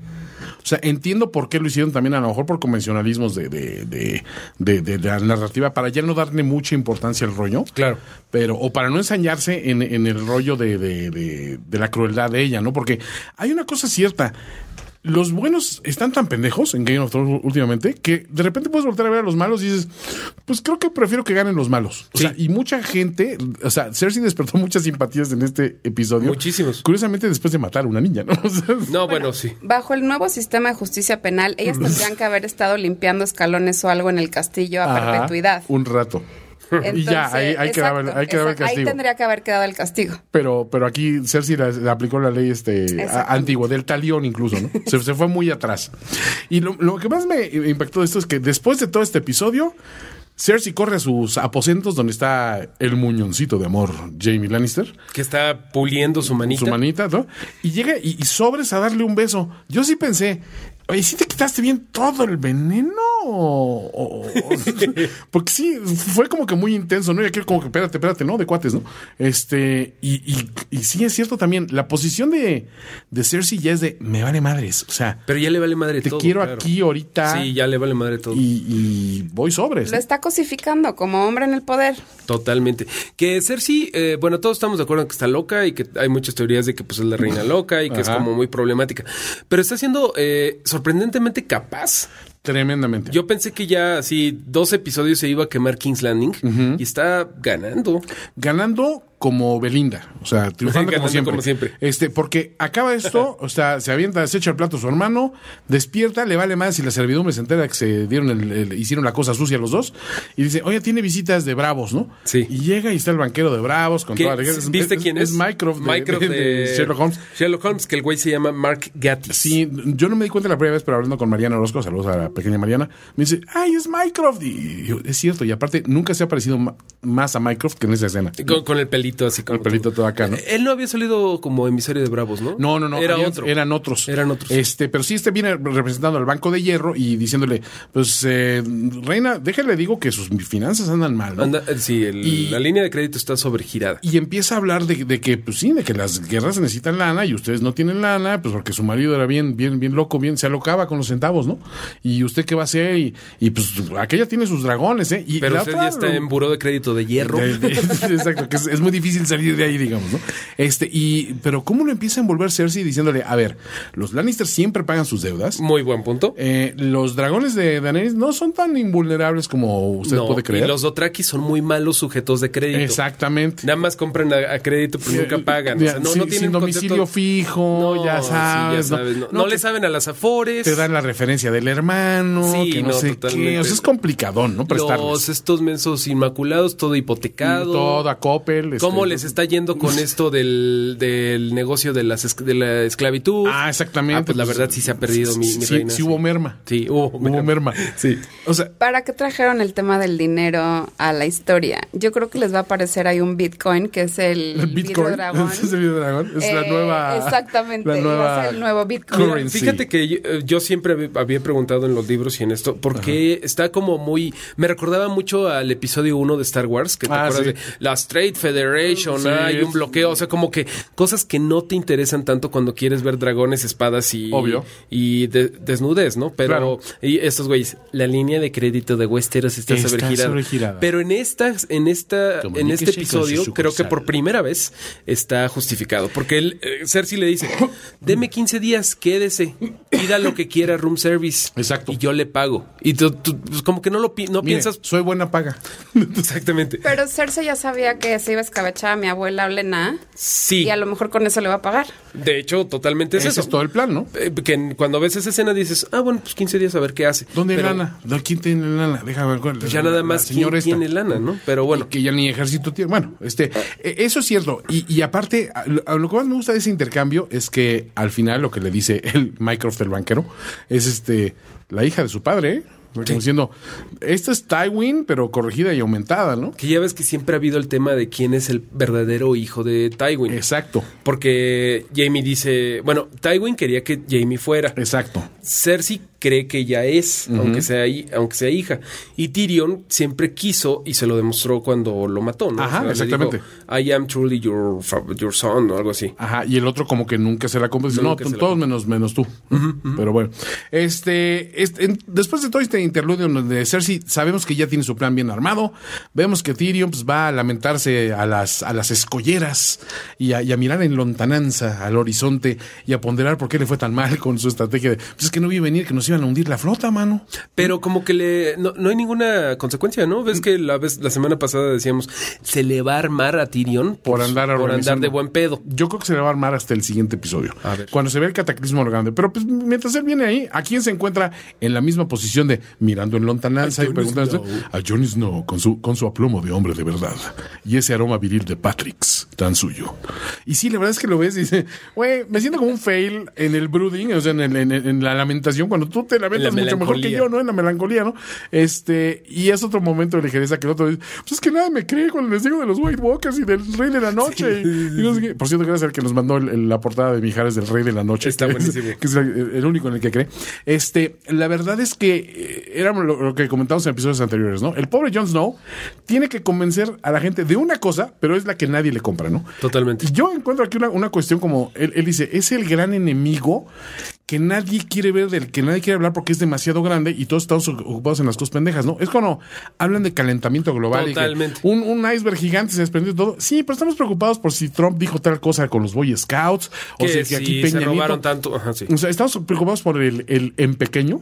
O sea, entiendo por qué lo hicieron también, a lo mejor por convencionalismos de, de, de- de- de- de la narrativa, para ya no darle mucha importancia al rollo.
Claro.
Pero, o para no ensañarse en, en el rollo de, de- de- de la crueldad de ella, ¿no? Porque hay una cosa cierta. Los buenos están tan pendejos en Game of Thrones últimamente que de repente puedes volver a ver a los malos y dices, pues creo que prefiero que ganen los malos. O sea, y mucha gente, o sea, Cersei despertó muchas simpatías en este episodio.
Muchísimos.
Curiosamente después de matar a una niña, ¿no? O sea,
No, bueno, sí.
Bajo el nuevo sistema de justicia penal, ellas tendrían que haber estado limpiando escalones o algo en el castillo a
ajá,
perpetuidad.
Un rato. y ya, ahí, ahí
Entonces,
quedaba, el-
exacto,
ahí quedaba el
exacto, ahí
castigo.
tendría que haber quedado el castigo.
Pero, pero aquí Cersei la- la aplicó la ley este, a-
Exactamente.
antigua, del talión incluso, ¿no? Se, se fue muy atrás. Y lo, lo que más me impactó de esto es que después de todo este episodio, Cersei corre a sus aposentos donde está el muñoncito de amor, Jamie Lannister,
Que está puliendo su manita.
su manita, ¿no? Y llega y, y sobres a darle un beso. Yo sí pensé. Oye, ¿sí te quitaste bien todo el veneno? O- o- o- Porque sí, fue como que muy intenso, ¿no? Y aquí como que, espérate, espérate, ¿no? De cuates, ¿no? Este, y, y, y sí es cierto también, la posición de, de Cersei ya es de, me vale madres, o sea,
Pero ya le vale madre
te
todo.
quiero
claro.
aquí ahorita
Sí, ya le vale madre todo.
y, y voy sobres. ¿eh?
Lo está cosificando como hombre en el poder.
Totalmente. Que Cersei, eh, bueno, todos estamos de acuerdo en que está loca y que hay muchas teorías de que pues es la reina loca y que es
Ajá.
como muy problemática. Pero está siendo eh, sorprendentemente capaz.
Tremendamente.
Yo pensé que ya así dos episodios se iba a quemar King's Landing y está ganando.
ganando como Belinda, o sea, triunfando como
Ganando
siempre.
como siempre.
Este, porque acaba esto, o sea, se avienta, se echa el plato a su hermano, despierta, le vale más si la servidumbre se entera que se dieron el- el- hicieron la cosa sucia los dos, y dice, oye, tiene visitas de Bravos, ¿no?
Sí.
Y llega y está el banquero de Bravos con
¿Qué?
toda la es-
¿Viste quién es?
Es Mycroft de,
Mycroft
de- de
de-
Sherlock Holmes.
Sherlock Holmes, que el güey se llama Mark Gatiss.
Sí, yo no me di cuenta la primera vez, pero hablando con Mariana Orozco, saludos a la pequeña Mariana, me dice, ay, es Mycroft. Y yo, es cierto, y aparte nunca se ha parecido ma- más a Mycroft que en esa escena.
Con, con el pelito así
Con
como.
el pelito todo acá, ¿no?
Él no había salido como emisario de Bravos, ¿no?
No, no, no.
Era
habían-
otro.
Eran otros.
Eran otros.
Este, pero sí, este viene representando al Banco de Hierro y diciéndole, pues, eh, Reina, déjale, digo que sus finanzas andan mal, ¿no?
Anda- eh, sí, el-
Y-
la línea de crédito está sobregirada.
Y empieza a hablar de, de que, pues sí, de que las guerras necesitan lana y ustedes no tienen lana, pues porque su marido era bien, bien, bien loco, bien, se alocaba con los centavos, ¿no? Y usted qué va a hacer y, y, pues aquella tiene sus dragones, ¿eh? Y
Pero
la
usted
otra
ya está
lo-
en buró de crédito de hierro.
de- de- exacto, que es, es muy difícil salir de ahí, digamos, ¿no? Este, y, pero ¿cómo lo empieza a envolver Cersei diciéndole, a ver, los Lannister siempre pagan sus deudas?
Muy buen punto.
Eh, los dragones de Daenerys no son tan invulnerables como usted
No,
puede creer.
Y los Dothraki son muy malos sujetos de crédito.
Exactamente.
Nada más compran a, a crédito, pero nunca pagan. O sea,
Ya,
no,
sin,
no tienen
sin domicilio
concepto-
fijo, ya
sí,
sabes.
sabes, No,
No,
No
que
le saben a las afores.
Te dan la referencia del hermano,
Sí,
que no,
no,
sé qué.
totalmente.
O sea, es complicadón, ¿no?
los
Prestarles.
estos mensos inmaculados, todo hipotecado.
Todo a Coppel. este,
¿Cómo les está yendo con esto del, del negocio de, las, esc- de la esclavitud?
Ah, exactamente.
Ah, pues, la verdad sí se ha perdido mi, mi
sí,
reina.
sí hubo merma.
Sí, hubo merma.
Sí. O sea,
¿Para qué trajeron el tema del dinero a la historia? Yo creo que les va a aparecer ahí un Bitcoin, que es el,
el Bitcoin.
videodragón.
Es el videodragón, es la
Eh,
nueva.
exactamente,
La
va a
nueva
ser el nuevo Bitcoin.
Mira,
currency.
Fíjate que yo, eh, yo siempre hab- había preguntado en los libros y en esto, porque está como muy... Me recordaba mucho al episodio 1 de Star Wars, que te
Ah,
acuerdas
sí.
de las Trade Federation,
Sí,
hay
es-
un bloqueo, o sea, como que cosas que no te interesan tanto cuando quieres ver dragones, espadas y...
Obvio.
Y de- desnudez, ¿no? Pero...
Claro.
Y estos güeyes, la línea de crédito de Westeros está,
Está
sobregirada.
sobregirada.
Pero en, estas, en, esta, en
Comuníquese
este
con
episodio
su
creo que
sucursal.
por primera vez está justificado. Porque él, eh, Cersei le dice: Deme 15 días, quédese, pida lo que quiera, room service.
Exacto.
Y yo le pago. Y tú, tú, pues, como que no lo pi- no
Mire,
piensas.
soy buena paga.
Exactamente.
Pero Cersei ya sabía que se iba a escabechar a mi abuela Olena
Sí.
y a lo mejor con eso le va a pagar.
De hecho, totalmente es
Ese
eso.
es todo el plan, ¿no?
Eh, Que en- cuando ves esa escena dices, ah, bueno, pues 15 días a ver qué hace.
¿Dónde
Pero,
lana? ¿No? ¿Quién tiene lana? Déjame ver. cuál-
pues, ya
la-
nada
la
más quién
señora esta.
tiene lana, ¿no? Pero bueno. Ah.
Que ya ni ejército tiene. Bueno, este, eh, eso es cierto. Y, y aparte, a- lo, a lo que más me gusta de ese intercambio es que al final lo que le dice el Mycroft, el banquero, es este la hija de su padre, ¿eh? Como diciendo, esta es Tywin, pero corregida y aumentada, ¿no?
Que ya ves que siempre ha habido el tema de quién es el verdadero hijo de Tywin.
Exacto,
Porque Jamie dice, bueno, Tywin quería que Jamie fuera.
exacto.
Cersei cree que ya es, aunque, sea, hi- aunque sea hija. Y Tyrion siempre quiso y se lo demostró cuando lo mató, ¿no?
Ajá,
le
exactamente.
dijo, I am truly your, fa- your son o algo así.
Ajá, y el otro como que nunca se la compra. Dice, no,
Nunca
tú-
se la
todos menos, menos tú. Pero bueno, este, este, en- después de todo este interludio donde Cersei sabemos que ya tiene su plan bien armado, vemos que Tyrion pues, va a lamentarse a las, a las escolleras y a, y a mirar en lontananza al horizonte y a ponderar por qué le fue tan mal con su estrategia de, pues es que no vi venir que nos iban a hundir la flota, mano.
Pero como que le no, no hay ninguna consecuencia, ¿no?
Mm.
Ves que la vez la semana pasada decíamos, se le va a armar a Tyrion
Por andar
por andar
organizando.
de buen pedo.
Yo creo que se le va a armar hasta el siguiente episodio.
A ver.
Cuando se ve el cataclismo lo grande. Pero pues mientras él viene ahí, ¿a quién se encuentra en la misma posición de mirando en lontananza y preguntándose? A Jon Snow con su, con su aplomo de hombre de verdad. Y ese aroma viril de Patrick's, tan suyo. Y sí, la verdad es que lo ves y dice, güey, me siento como un fail en el brooding, o sea, en, el- en- en la lamentación, cuando tú te lamentas
En la
mucho mejor que
melancolía.
yo, ¿no? En la melancolía, ¿no? Este, y es otro momento de ligereza que el otro dice, pues es que nada me cree cuando les digo de los White Walkers y del Rey de la Noche. Y, y no sé qué. Por cierto, gracias al que nos mandó el- el- la portada de Mijares del Rey de la Noche.
Está
que es-
buenísimo.
que es el, el único en el que cree. Este, la verdad es que eh, era lo, lo que comentamos en episodios anteriores, ¿no? El pobre Jon Snow tiene que convencer a la gente de una cosa, pero es la que nadie le compra, ¿no?
Totalmente.
Yo encuentro aquí una, una cuestión como, él, él dice, es el gran enemigo que nadie quiere ver, del que nadie quiere hablar porque es demasiado grande y todos estamos ocupados en las cosas pendejas, ¿no? Es cuando hablan de calentamiento global. y que
Totalmente.
un, un iceberg gigante se desprendió de todo. Sí, pero estamos preocupados por si Trump dijo tal cosa con los Boy Scouts o
Que
si, que
si
aquí
se
Peña
robaron
Nieto-
tanto. Ajá, sí.
o sea, estamos preocupados por el, el en pequeño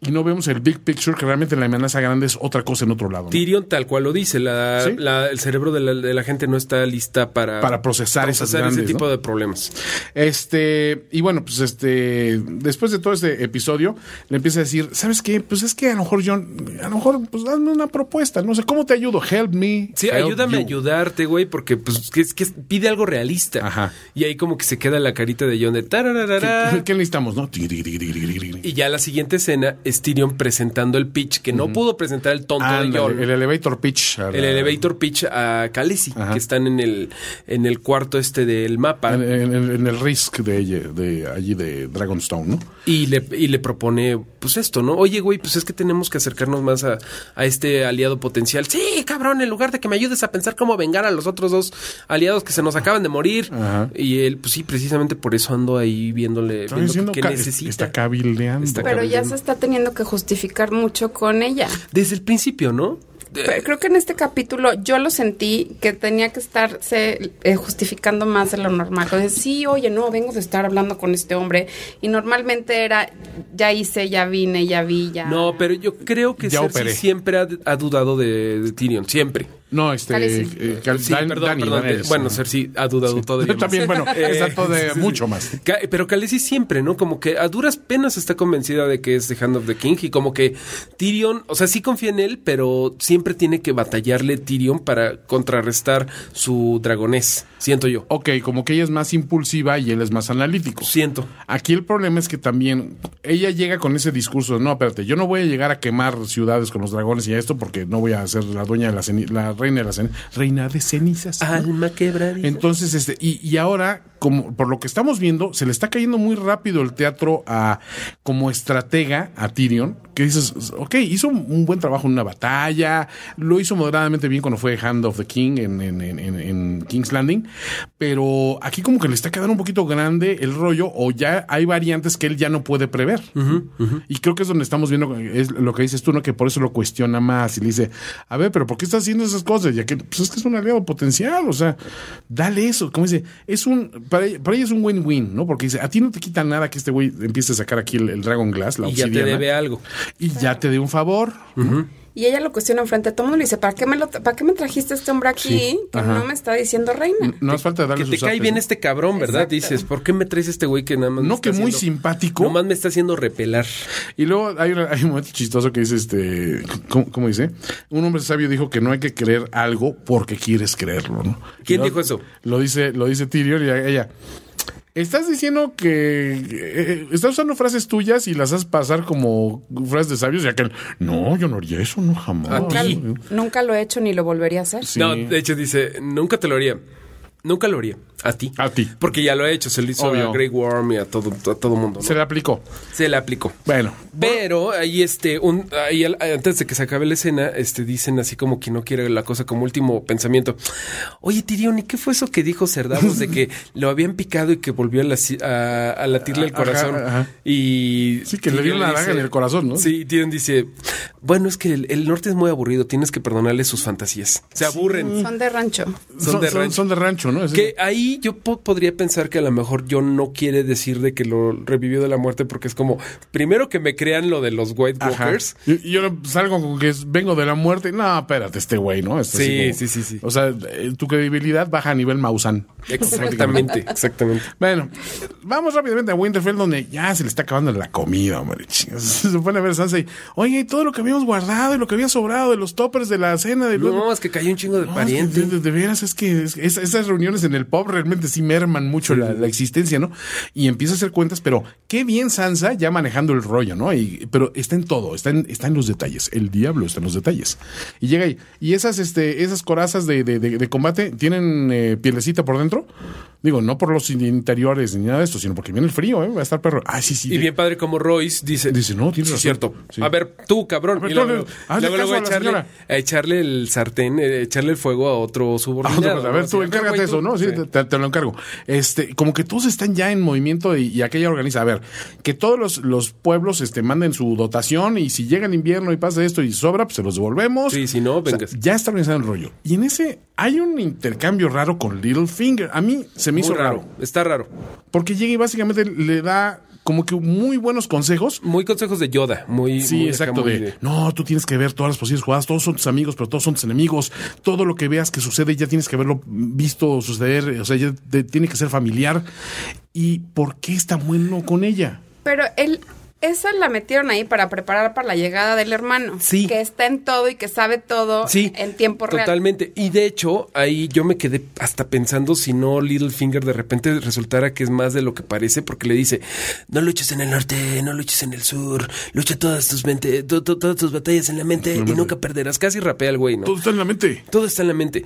y no vemos el big picture, que realmente la amenaza grande es otra cosa en otro lado. ¿no?
Tyrion tal cual lo dice, la-
Sí.
la- el cerebro de la, de la gente no está lista para,
Para procesar esas grandes,
ese tipo
¿no?
de problemas.
Este, y bueno, pues este, después de todo este episodio, le empieza a decir, ¿sabes qué? Pues es que a lo mejor John, a lo mejor, pues dame una propuesta, no sé, ¿cómo te ayudo? Help me.
Sí,
help
ayúdame a
you".
ayudarte, güey, porque pues que es que pide algo realista.
Ajá.
Y ahí como que se queda la carita de John de tarararara.
¿Qué, qué necesitamos, no? Y
Y ya la siguiente escena es Tyrion presentando el pitch que no pudo presentar el tonto de Jon.
el,
El,
elevator pitch. a la-
elevator pitch a Khaleesi,
Ajá.
que están en el en el cuarto este del mapa
En, en- en- en el risk de, de allí de Dragonstone, ¿no?
y le y le propone pues esto, ¿no? Oye, güey, pues es que tenemos que acercarnos más a, a este aliado potencial. Sí, cabrón, en lugar de que me ayudes a pensar cómo vengar a los otros dos aliados que se nos acaban de morir.
Ajá.
Y él pues sí, precisamente por eso ando ahí viéndole
Está
viendo
diciendo
qué
ca-
necesita.
Está cabildeando.
Está
Pero ya
cabrón.
se está teniendo que justificar mucho con ella.
Desde el principio, ¿no?
Pero creo que en este capítulo yo lo sentí que tenía que estarse eh, justificando más de lo normal. Entonces, sí, oye, no, vengo de estar hablando con este hombre. Y normalmente era, ya hice, ya vine, ya vi, ya.
No, pero yo creo que
Ya
Cersei
operé.
siempre ha, ha dudado de, de Tyrion, siempre.
No, este.
Khaleesi.
eh, Khal-
Sí,
Dan-
perdón,
Dani,
perdón.
Dani
eh,
es-
bueno, Cersei ha dudado todavía más.
También, bueno,
Eh,
está todo de
sí, sí,
mucho
sí.
más.
Ca- Pero Khaleesi siempre, ¿no? Como que a duras penas está convencida de que es The Hand of the King y como que Tyrion, o sea, sí confía en él, pero siempre tiene que batallarle Tyrion para contrarrestar su dragonés, siento yo.
Ok, como que ella es más impulsiva y él es más analítico.
Siento.
Aquí el problema es que también ella llega con ese discurso de no, espérate, yo no voy a llegar a quemar ciudades con los dragones y esto porque no voy a ser la dueña de la ceni- la reina de las cenizas, reina de cenizas. ¿no?
Alma quebradiza.
Entonces, este, y, y ahora, como por lo que estamos viendo, se le está cayendo muy rápido el teatro a como estratega a Tyrion, que dices, ok, hizo un buen trabajo en una batalla, lo hizo moderadamente bien cuando fue Hand of the King en, en- en- en- en King's Landing, pero aquí como que le está quedando un poquito grande el rollo, o ya hay variantes que él ya no puede prever. Y creo que es donde estamos viendo, es lo que dices tú, ¿no? Que por eso lo cuestiona más y le dice, a ver, pero ¿por qué estás haciendo esas cosas? Ya que, pues es que es un aliado potencial, o sea, dale eso, como dice, es un, para ella, para ella es un win-win, ¿no? Porque dice, a ti no te quita nada que este güey empiece a sacar aquí el, el Dragon Glass, la
y ya te
obsidiana,
debe algo.
y ya te dé un favor.
Y ella lo cuestiona enfrente de todo el mundo y le dice, ¿para qué me, lo tra- ¿para qué me trajiste a este hombre aquí
Sí,
que
ajá.
no me está diciendo
Mm,
reina?
No hace falta darle
que te
sus
cae
artes,
bien
¿no?
este cabrón, ¿verdad?
Exacto.
Dices, ¿por qué me traes este güey que nada más me
No,
está
que muy
haciendo-
simpático.
Nomás me está haciendo repelar.
Y luego hay, una- hay un momento chistoso que dice, este, ¿cómo, cómo dice? Un hombre sabio dijo que no hay que creer algo porque quieres creerlo, ¿no? Y
¿Quién
lo-
dijo eso?
Lo dice, lo dice Tyrion y ella. Estás diciendo que eh, estás usando frases tuyas y las haces pasar como frases de sabios, ya que no, yo no haría eso, no jamás.
A
Nunca,
ti.
nunca lo he hecho ni lo volvería a hacer.
Sí.
No, de hecho dice, nunca te lo haría. Nunca lo haría. A ti.
A ti.
Porque ya lo he hecho. Se lo hizo
Obvio.
a Grey Worm y a todo, a todo mundo. ¿no?
Se le aplicó.
Se le aplicó.
Bueno,
Pero ahí este, un, ahí al- antes de que se acabe la escena, este, dicen así como que no quiere la cosa como último pensamiento. Oye, Tirion, ¿y qué fue eso que dijo Cerdavos de que lo habían picado y que volvió a, lasi- a- a latirle el
Ajá,
corazón?
ajá.
Y
Sí, que le dio
Tyrion
una
dice-
daga en el corazón, ¿no?
Sí, y Tyrion dice, bueno, es que el, el norte es muy aburrido, tienes que perdonarle sus fantasías. Se aburren.
Son de rancho.
Son de rancho.
son de rancho, ¿no? Es-
Que ahí yo po- podría pensar que a lo mejor John no quiere decir de que lo revivió de la muerte porque es como, primero que me crean lo de los White
Ajá.
Walkers.
Yo, yo salgo con que es- vengo de la muerte. No, espérate, este güey, ¿no? Es así
Sí,
como-
sí, sí, sí.
O sea, eh, tu credibilidad baja a nivel Mausan.
Exactamente, exactamente.
Bueno, vamos rápidamente a Winterfell, donde ya se le está acabando la comida, hombre. Chingas. Se pone a ver Sansa y, oye, y todo lo que habíamos guardado y lo que había sobrado de los toppers de la cena de
No, es que cayó un chingo de
No, Ah, es que de,
parientes.
de- de veras, es que es- es- esas reuniones en el pub realmente sí merman mucho la, la existencia, ¿no? Y empieza a hacer cuentas, pero qué bien Sansa ya manejando el rollo, ¿no? Y, pero está en todo, está en, está en los detalles. El diablo está en los detalles. Y llega ahí. ¿Y esas, este, esas corazas de, de- de- de combate tienen eh, pielecita por dentro? Digo, no por los interiores ni nada de esto, sino porque viene el frío, ¿eh? Va a estar perro. Ah, sí, sí.
Y bien padre como Royce dice.
Dice, no, tienes
"Sí,
razón".
cierto.
Sí.
A ver, tú, cabrón.
A ver,
Y
tú,
luego,
hazle
luego,
caso
luego
a
a,
la
echarle,
señora.
a echarle el sartén, eh, echarle el fuego a otro
Ah, no,
subordinado.
pues, a
¿no?
ver,
Así,
tú
ver,
encárgate
güey,
eso,
tú".
¿no? Sí,
Sí.
te, te lo encargo. Este, como que todos están ya en movimiento y, y aquella organiza. A ver, que todos los, los pueblos este, manden su dotación y si llega el invierno y pasa esto y sobra, pues se los devolvemos.
Sí, si no,
O sea,
vengas.
ya está organizado el rollo. Y en ese hay un intercambio raro con Littlefinger. A mí se me
Muy
hizo
raro.
raro.
Está raro.
Porque llega y básicamente le da como que muy buenos consejos.
Muy consejos de Yoda. Muy,
Sí,
muy acá,
exacto.
muy
De, no, tú tienes que ver todas las posibles jugadas. Todos son tus amigos, pero todos son tus enemigos. Todo lo que veas que sucede ya tienes que haberlo visto suceder. O sea, ya te- tiene que ser familiar. ¿Y por qué está bueno con ella?
Pero él, esa la metieron ahí para preparar para la llegada del hermano.
Sí.
Que está en todo y que sabe todo
Sí,
en tiempo real.
Totalmente. Y de hecho, ahí yo me quedé hasta pensando si no Littlefinger de repente resultara que es más de lo que parece, porque le dice: No luches en el norte, no luches en el sur, lucha todas tus mente, to- to- todas tus batallas en la mente y nunca perderás. Casi rapea el güey, ¿no?
Todo está en la mente.
Todo está en la mente.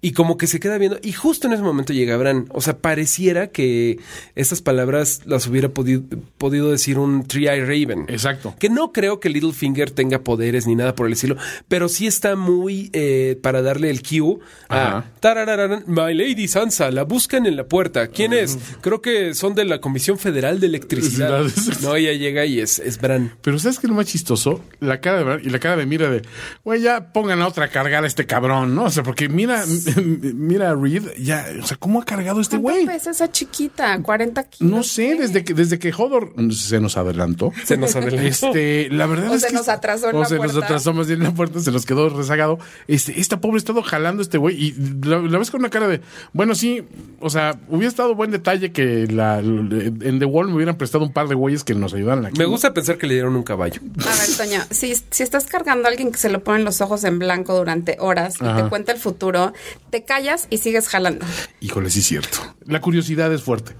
Y como que se queda viendo, y justo en ese momento llega Bran. O sea, pareciera que esas palabras las hubiera podido, podido decir un Three-Eye Raven.
Exacto.
Que no creo que Littlefinger tenga poderes ni nada por el estilo, pero sí está muy eh, para darle el cue a
Ajá.
tarararán, My Lady Sansa, la buscan en la puerta. ¿Quién es? Creo que son de la Comisión Federal de Electricidad.
Electricidad.
no, ella llega y es, es Bran.
Pero ¿sabes qué es lo más chistoso? La cara de Bran y la cara de Mira de, güey, ya pongan a otra cargar a este cabrón, ¿no? O sea, porque mira, mira a Reed, ya, o sea, ¿cómo ha cargado este
¿Cuánto
güey?
pesa esa chiquita? 40 kilos.
No sé, desde que, desde que Hodor se nos adelantó.
Se nos adelantó.
Este, la verdad
O
es
se
que
nos atrasó en
o
la
se nos
puerta.
atrasó más bien en la puerta, se nos quedó rezagado. Este, esta pobre ha estado jalando este güey y la, la ves con una cara de, bueno, sí, o sea, hubiera estado buen detalle que la, en The Wall me hubieran prestado un par de güeyes que nos ayudaran aquí.
Me gusta pensar que le dieron un caballo.
A ver, Toño, si, si estás cargando a alguien que se lo ponen los ojos en blanco durante horas y
Ajá.
te cuenta el futuro, te callas y sigues jalando.
Híjole, sí es cierto. La curiosidad es fuerte.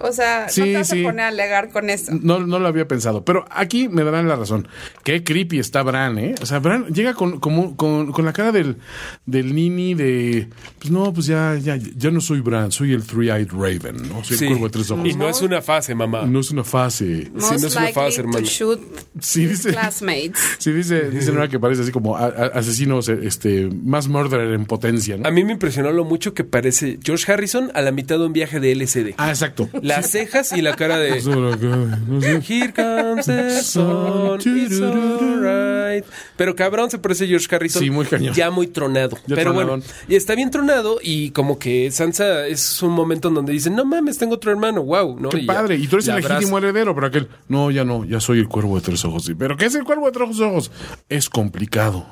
O sea,
Sí,
no te vas
sí.
a poner a alegar con eso.
No, no lo había pensado, pero aquí me darán la razón. Qué creepy está Bran, ¿eh? O sea, Bran llega con, como, con, con la cara del, del nini de, pues no, pues ya, ya, ya no soy Bran, soy el Three-Eyed Raven, ¿no? Soy
Sí.
el cuervo de tres ojos.
Y no es una fase, mamá.
No es una fase.
Sí, no
Most
es una
likely
fase,
to
hermano.
shoot
Sí, dice.
classmates.
Sí, dice, dice Nora que parece así como a- a- asesinos, este, más murderer en potencia, ¿no?
A mí me impresionó lo mucho que parece George Harrison a la mitad de un viaje de LSD.
Ah, exacto.
Las cejas y la cara
Pues,
de...
No sé.
Here comes the sun, it's alright. Pero cabrón se parece a George Harrison.
Sí, muy cañón.
Ya muy tronado.
Ya
Pero
tronadón.
bueno, y está bien tronado y como que Sansa es un momento en donde dice, no mames, tengo otro hermano, wow. ¿no?
Qué
Y ya,
padre, y tú eres
la
el
abraza.
legítimo heredero, pero aquel, no, ya no, ya soy el cuervo de tres ojos. Sí, ¿Pero qué es el cuervo de tres ojos? Es complicado.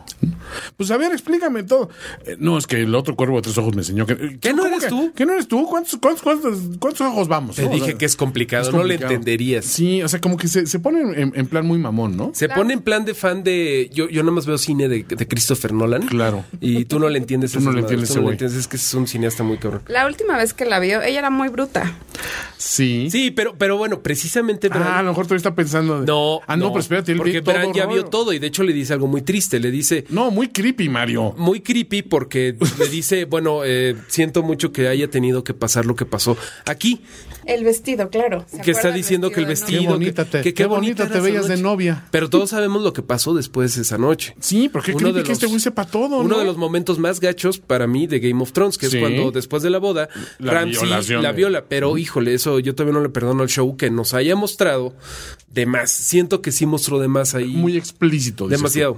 Pues a ver, explícame todo. Eh, no, es que el otro cuervo de tres ojos me enseñó que... eh,
¿Qué no
¿cómo
eres tú?
¿Qué no eres tú? ¿Cuántos, cuántos, cuántos, cuántos ojos vamos?
Te
¿no? O
dije
sea,
que es complicado,
es
no le
complicado.
entenderías.
Sí, o sea, como que se, se pone en, en plan muy mamón, ¿no?
Se pone en plan de fan de. Yo, yo nada más veo cine de, de Christopher Nolan.
Claro.
Y tú no le entiendes
Tú no
esas
le
madres,
entiendes
tú
ese
no
güey.
entiendes, es que es un cineasta muy cabrón.
La última vez que la vio, ella era muy bruta.
Sí.
Sí, pero, pero bueno, precisamente.
Ah, a
Bran-
lo mejor todavía está pensando... de-
no,
Ah, no, pero espérate, él
Porque
ve todo
Bran ya vio
raro.
todo y de hecho le dice algo muy triste. Le dice.
No, muy creepy, Mario.
Muy creepy porque le dice, bueno, eh, siento mucho que haya tenido que pasar lo que pasó aquí,
El vestido, claro. ¿Se
que está
acuerdan
diciendo que el
de novia?
vestido...
Qué bonita
que-
te-
que
qué bonita
era
te
esa
veías de
noche.
novia.
Pero todos sabemos lo que pasó después esa noche.
Sí, pero qué creepy que este güey sepa todo,
Uno
¿no?
de los momentos más gachos para mí de Game of Thrones, que
Sí.
es cuando después de la boda,
La
Ramsay
violación
la
de-
viola. Pero híjole, eso yo todavía no le perdono al show que nos haya mostrado de más. Siento que sí mostró de más ahí.
muy explícito. dices
Demasiado.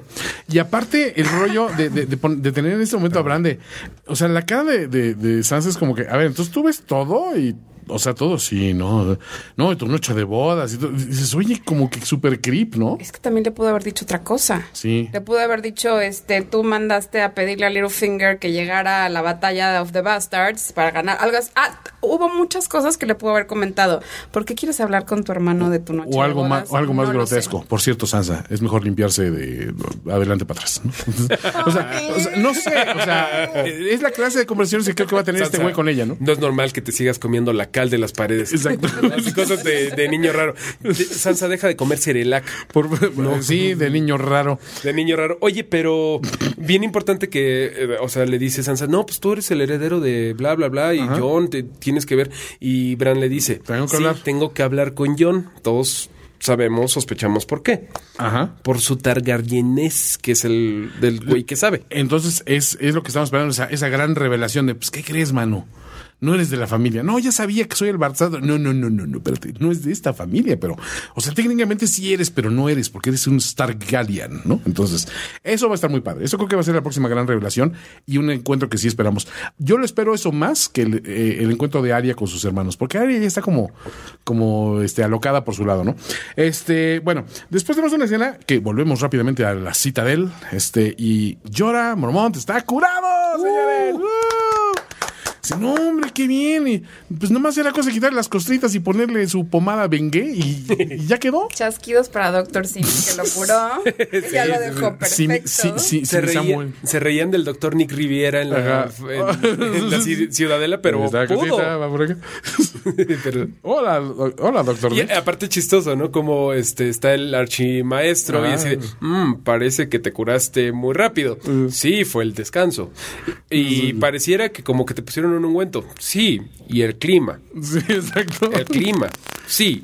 tú. Y aparte, el rollo de, de- de pon- de tener en este momento a Bran de. O sea, la cara de, de, de Sansa es como que. A ver, entonces tú ves todo y. O sea, todo sí, ¿no? No, y tu noche de bodas. Y todo. Dices, oye, como que super creep, ¿no?
Es que también le pudo haber dicho otra cosa.
Sí.
Le pudo haber dicho, este, tú mandaste a pedirle a Littlefinger que llegara a la batalla of the Bastards para ganar algo así. Ah, t- hubo muchas cosas que le pudo haber comentado. ¿Por qué quieres hablar con tu hermano de tu noche?
O
de
algo,
bodas?
más, o algo más
No lo sé.
grotesco. Por cierto, Sansa, es mejor limpiarse de adelante para atrás. ¿no? o, sea, o sea, no sé. O sea, es la clase de conversaciones que creo que va a tener este
Sansa,
güey con ella, ¿no?
No es normal que te sigas comiendo la cal de las paredes.
Exacto.
Las cosas de, de niño raro. De- Sansa deja de comer cerelac.
Por- Sí, de niño raro.
De niño raro. Oye, pero bien importante que, eh, o sea, le dice Sansa, no, pues tú eres el heredero de bla, bla, bla, y John tienes que ver. Y Bran le dice,
Tengo que
"Sí,
hablar".
tengo que hablar con John. Todos sabemos, sospechamos por qué.
Ajá.
Por su Targaryenés, que es el del güey que sabe.
Entonces es, es lo que estamos esperando, esa, esa gran revelación de, pues, ¿qué crees, mano? No eres de la familia. No, ya sabía que soy el Barzado. No, no, no, no, no, espérate. No es de esta familia, pero... O sea, técnicamente sí eres, pero no eres, porque eres un Stargallian, ¿no? Entonces, eso va a estar muy padre. Eso creo que va a ser la próxima gran revelación y un encuentro que sí esperamos. Yo lo espero eso más que el, eh, el encuentro de Aria con sus hermanos, porque Aria ya está como, como este, alocada por su lado, ¿no? Este, bueno, después tenemos una escena que volvemos rápidamente a la cita de él, este, y llora, Mormont está curado, señores. ¡Uh! Dice, no, hombre, qué bien. Y, pues nomás era cosa de quitarle las costritas y ponerle su pomada Bengue y, y ya quedó.
Chasquidos para Doctor Sim, que lo curó. ya lo dejó
Sí,
perfecto.
sí, sí,
Se,
sí,
reía-
Samuel.
se reían del doctor Nick Riviera en la,
Ajá.
en- en la ci- ciudadela, pero
Esta cosita
pudo.
va por acá.
Pero-
Hola, do- hola, doctor.
y aparte chistoso, ¿no? Como este está el archimaestro y
Ah. Mm.
así de, "Mm, parece que te curaste muy rápido. Sí, fue el descanso. Y pareciera que como que te pusieron un ungüento. Sí, y el clima.
Sí, exacto.
El clima. Sí,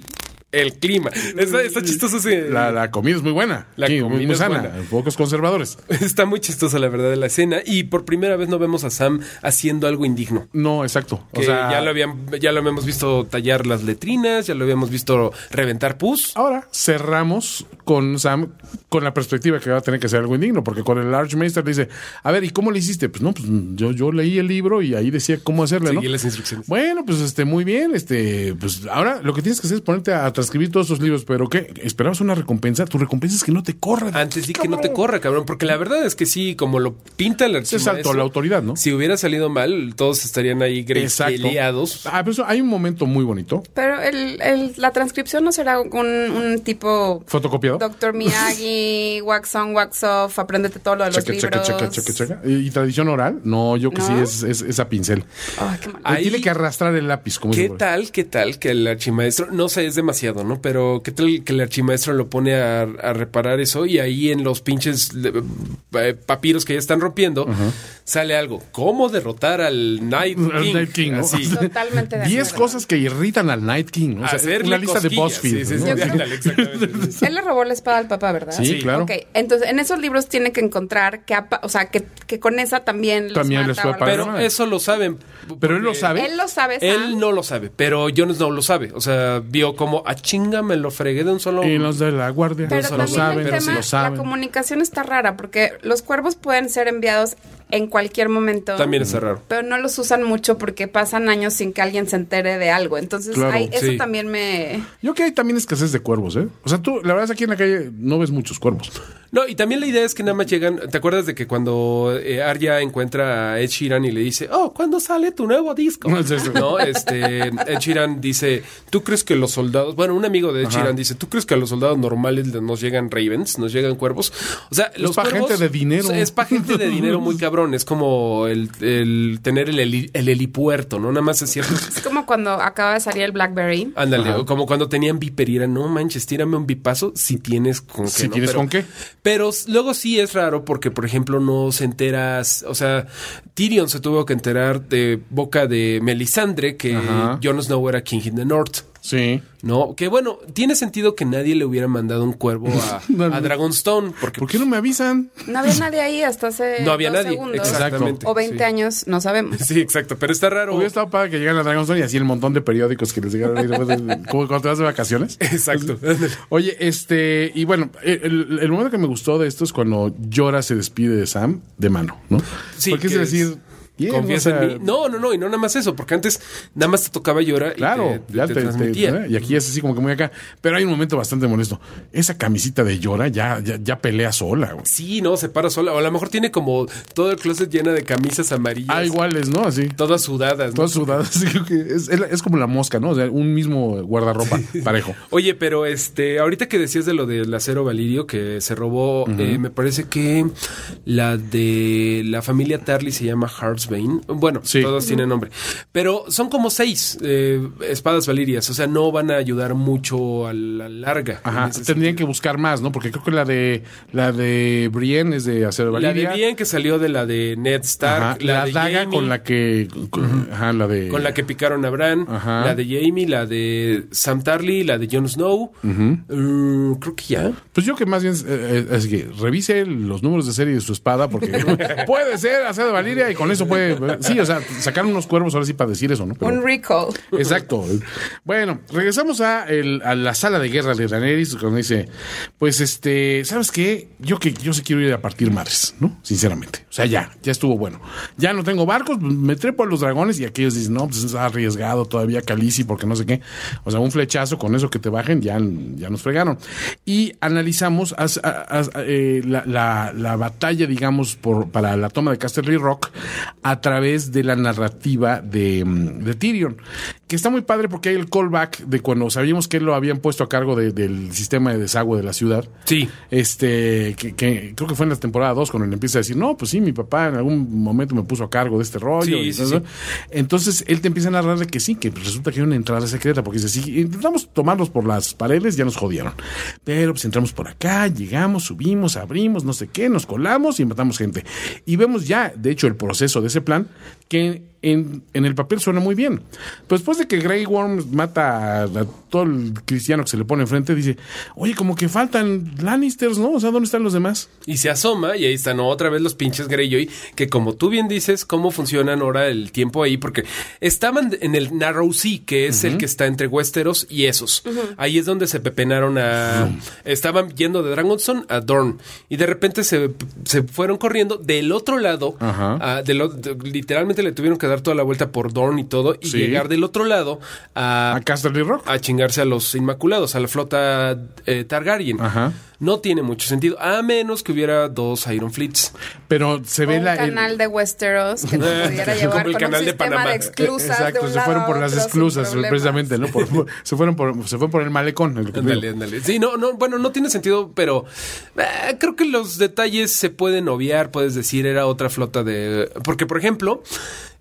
el clima. Está, está chistoso ese-
La, la comida es muy buena.
La
Sí, muy-
comida
muy
es
sana.
buena.
Pocos conservadores.
Está muy chistosa la verdad de la escena y por primera vez no vemos a Sam haciendo algo indigno.
No, exacto.
Que
o sea,
ya lo habían, ya lo habíamos visto tallar las letrinas, ya lo habíamos visto reventar pus.
Ahora cerramos con Sam con la perspectiva que va a tener que ser algo indigno, porque con el Large Master le dice, a ver, ¿y cómo le hiciste? Pues no, pues yo, yo leí el libro y ahí decía cómo hacerle, ¿no?
Seguí las instrucciones.
Bueno, pues este, muy bien, este, pues ahora lo que tienes que hacer es ponerte a, transcribir todos esos libros, pero ¿qué? ¿Esperabas una recompensa? Tu recompensa es que no te corran.
Antes di que no te corra, cabrón, porque la verdad es que sí, como lo pinta el
Se
archimaestro.
saltó la autoridad, ¿no?
Si hubiera salido mal, todos estarían ahí peleados.
Ah, pero eso- hay un momento muy bonito,
Pero el, el- la transcripción no será un, un tipo
fotocopiado.
Doctor Miyagi, wax on, wax off, apréndete todo lo de los
Checa, checa,
libros.
checa, checa, checa. ¿Y, y tradición oral? No, yo que sí
¿No?
es, es, es a pincel.
Ay, qué mal.
Le
Ahí-
tiene que arrastrar el lápiz, como
¿Qué
dice por ahí.
tal, qué tal que el archimaestro, no sé, es demasiado, ¿no? Pero qué tal que el archimaestro lo pone a, a reparar eso y ahí en los pinches le- eh, papiros que ya están rompiendo sale algo. ¿Cómo derrotar al Night
Al
King?
Night King, ¿no?
Así.
Totalmente de
Diez
acuerdo.
cosas que irritan al Night King. ¿no? O sea,
Hacerle
una lista de BuzzFeed.
cosquillas. Sí, sí,
¿no?
sí,
Así.
ándale, exactamente.
Él le robó la espada al papá, ¿verdad?
Sí, claro.
Ok, entonces en esos libros tiene que encontrar que, apa- o sea, que, que con esa también los
También
mata
les
o
fue
algo
para-
así.
Pero eso lo saben.
Pero él lo
porque
sabe.
Él lo sabe,
Él
Sam.
no lo sabe, pero Jones no lo sabe. O sea, vio como a chinga me lo fregué de un solo.
Y los de la guardia
Pero
lo
también
saben,
el tema,
lo saben.
la comunicación está rara porque los cuervos pueden ser enviados en cualquier momento.
También
Mm.
está raro.
Pero no los usan mucho porque pasan años sin que alguien se entere de algo. Entonces,
Claro,
ay, eso
sí.
también me...
Yo creo que hay también escasez de cuervos, ¿eh? O sea, tú, la verdad es que aquí en la calle no ves muchos cuervos.
No, y también la idea es que nada más llegan. ¿Te acuerdas de que cuando eh, Arya encuentra a Ed Sheeran y le dice, oh, ¿cuándo sale tu nuevo disco?
No, es eso.
no, este, Ed Sheeran dice, ¿tú crees que los soldados, bueno, un amigo de Ed Sheeran dice, ¿tú crees que a los soldados normales le- nos llegan ravens, nos llegan cuervos? O sea, los
pa'
cuervos-
gente de dinero.
Es para gente de dinero muy cabrón. Es como el, el tener el, heli- el helipuerto, ¿no? Nada más es cierto.
Es como cuando acaba de salir el Blackberry.
Ándale, o como cuando tenían viper y era, no manches, tírame un bipazo si tienes con qué.
Si
¿no?
tienes
Pero-
con qué.
Pero s- luego sí es raro porque, por ejemplo, no se enteras, o sea, Tyrion se tuvo que enterar de boca de Melisandre que
Ajá.
Jon Snow era King in the North.
Sí.
No, que bueno, tiene sentido que nadie le hubiera mandado un cuervo a,
No,
a
no.
Dragonstone porque
¿Por qué no me avisan?
No había nadie ahí hasta hace
no había
dos
nadie.
segundos.
Exactamente.
O 20
sí.
años, no sabemos.
Sí, exacto, pero está raro.
Hubiera estado para que llegara a Dragonstone y así el montón de periódicos que les llegaron ahí después de- como cuando te vas de vacaciones.
Exacto. ándale.
Oye, este, y bueno, el, el momento que me gustó de esto es cuando Llora se despide de Sam de mano, ¿no?
Sí,
Porque es
que
decir,
es-
bien,
Confiesa
o sea,
en mí. No, no, no, y no nada más eso, porque antes nada más te tocaba llorar y
Claro,
te,
ya te,
te
te-
transmitía.
¿eh? y aquí es así como que muy acá. Pero hay un momento bastante molesto. Esa camisita de llora ya, ya, ya pelea sola, güey.
Sí, no, se para sola. O a lo mejor tiene como todo el closet llena de camisas amarillas.
Ah, iguales, ¿no? Así.
Todas sudadas. ¿no?
Todas sudadas. Así que es, es, es como la mosca, ¿no? O sea, un mismo guardarropa parejo.
Oye, pero este, ahorita que decías de lo del acero Valirio que se robó, eh, me parece que la de la familia Tarly se llama Hearts Bane. Bueno,
Sí.
todos tienen nombre. Pero son como seis eh, espadas valirias. O sea, no van a ayudar mucho a la larga. en
Ajá,
ese
tendrían que buscar más, ¿no? Porque creo que la de la de Brienne es de acero
La de
Valiria.
bien que salió de la de Ned Stark,
Ajá,
la,
la,
de
daga
Jaime,
con la que con, ajá, la de
con la que picaron a Bran,
Eh, Ajá.
la de Jamie, la de Sam Tarly, la de Jon Snow. Mm, creo que ya.
Pues yo que más bien eh, eh, así que revise los números de serie de su espada porque puede ser acero de Valiria y con eso puede eh, sí, o sea, sacar unos cuervos ahora sí para decir eso, ¿no? Pero-
Un recall.
Exacto. Bueno, regresamos a, el- a la sala de guerra de Daenerys, cuando dice, pues este, ¿sabes qué? Yo que yo sí quiero ir a partir madres, ¿no? Sinceramente. O sea, ya, ya estuvo bueno. Ya no tengo barcos, pues, me trepo a los dragones y aquellos dicen, no, pues es arriesgado todavía Calici porque no sé qué. O sea, un flechazo con eso que te bajen, ya, ya nos fregaron. Y analizamos as- a- as- a- eh, la, la- la batalla, digamos, por, para la toma de Casterly Rock a través de la narrativa de, mm, de Tyrion, que está muy padre porque hay el callback de cuando sabíamos que lo habían puesto a cargo de- del sistema de desagüe de la ciudad.
Sí.
Este, que, que creo que fue en la temporada 2 cuando él empieza a decir, no, pues sí, mi papá en algún momento me puso a cargo de este rollo.
Sí,
y
sí,
todo
sí.
eso. Entonces él te empieza a narrar de que sí, que resulta que hay una entrada secreta, porque dice, si intentamos tomarlos por las paredes, ya nos jodieron. Pero pues entramos por acá, llegamos, subimos, abrimos, no sé qué, nos colamos y matamos gente. Y vemos ya, de hecho, el proceso de ese plan, que en, en el papel suena muy bien. Pero después de que Grey Worm mata a, a todo el cristiano que se le pone enfrente, dice, oye, como que faltan Lannisters, ¿no? O sea, ¿dónde están los demás?
Y se asoma y ahí están otra vez los pinches Greyjoy, que como tú bien dices, cómo funcionan ahora el tiempo ahí, porque estaban en el Narrow Sea, que es el que está entre Westeros y esos. Ahí es donde se pepenaron a... Estaban yendo de Dragonstone a Dorne. Y de repente se, se fueron corriendo del otro lado.
Ajá.
a- del o- de- literalmente le tuvieron que dar toda la vuelta por Dorne y todo, y
Sí.
llegar del otro lado a...
A Casterly Rock.
a chingarse a los Inmaculados, a la flota eh, Targaryen.
Ajá.
No tiene mucho sentido, a menos que hubiera dos Iron Fleets.
Pero se ve
un
la... el-
canal de Westeros que te pudiera
Como
llevar
el
con
canal
un
de
sistema
Panamá.
de,
Eh,
exclusas de
Exacto,
un
se fueron
lado a
por las
otro sin
exclusas,
problemas.
precisamente, ¿no? Por- por- se fueron por, se fue por el malecón. es lo que te
Ándale,
digo.
ándale. Sí, no, no, bueno, no tiene sentido, pero eh, creo que los detalles se pueden obviar, puedes decir, era otra flota de... Porque, por ejemplo,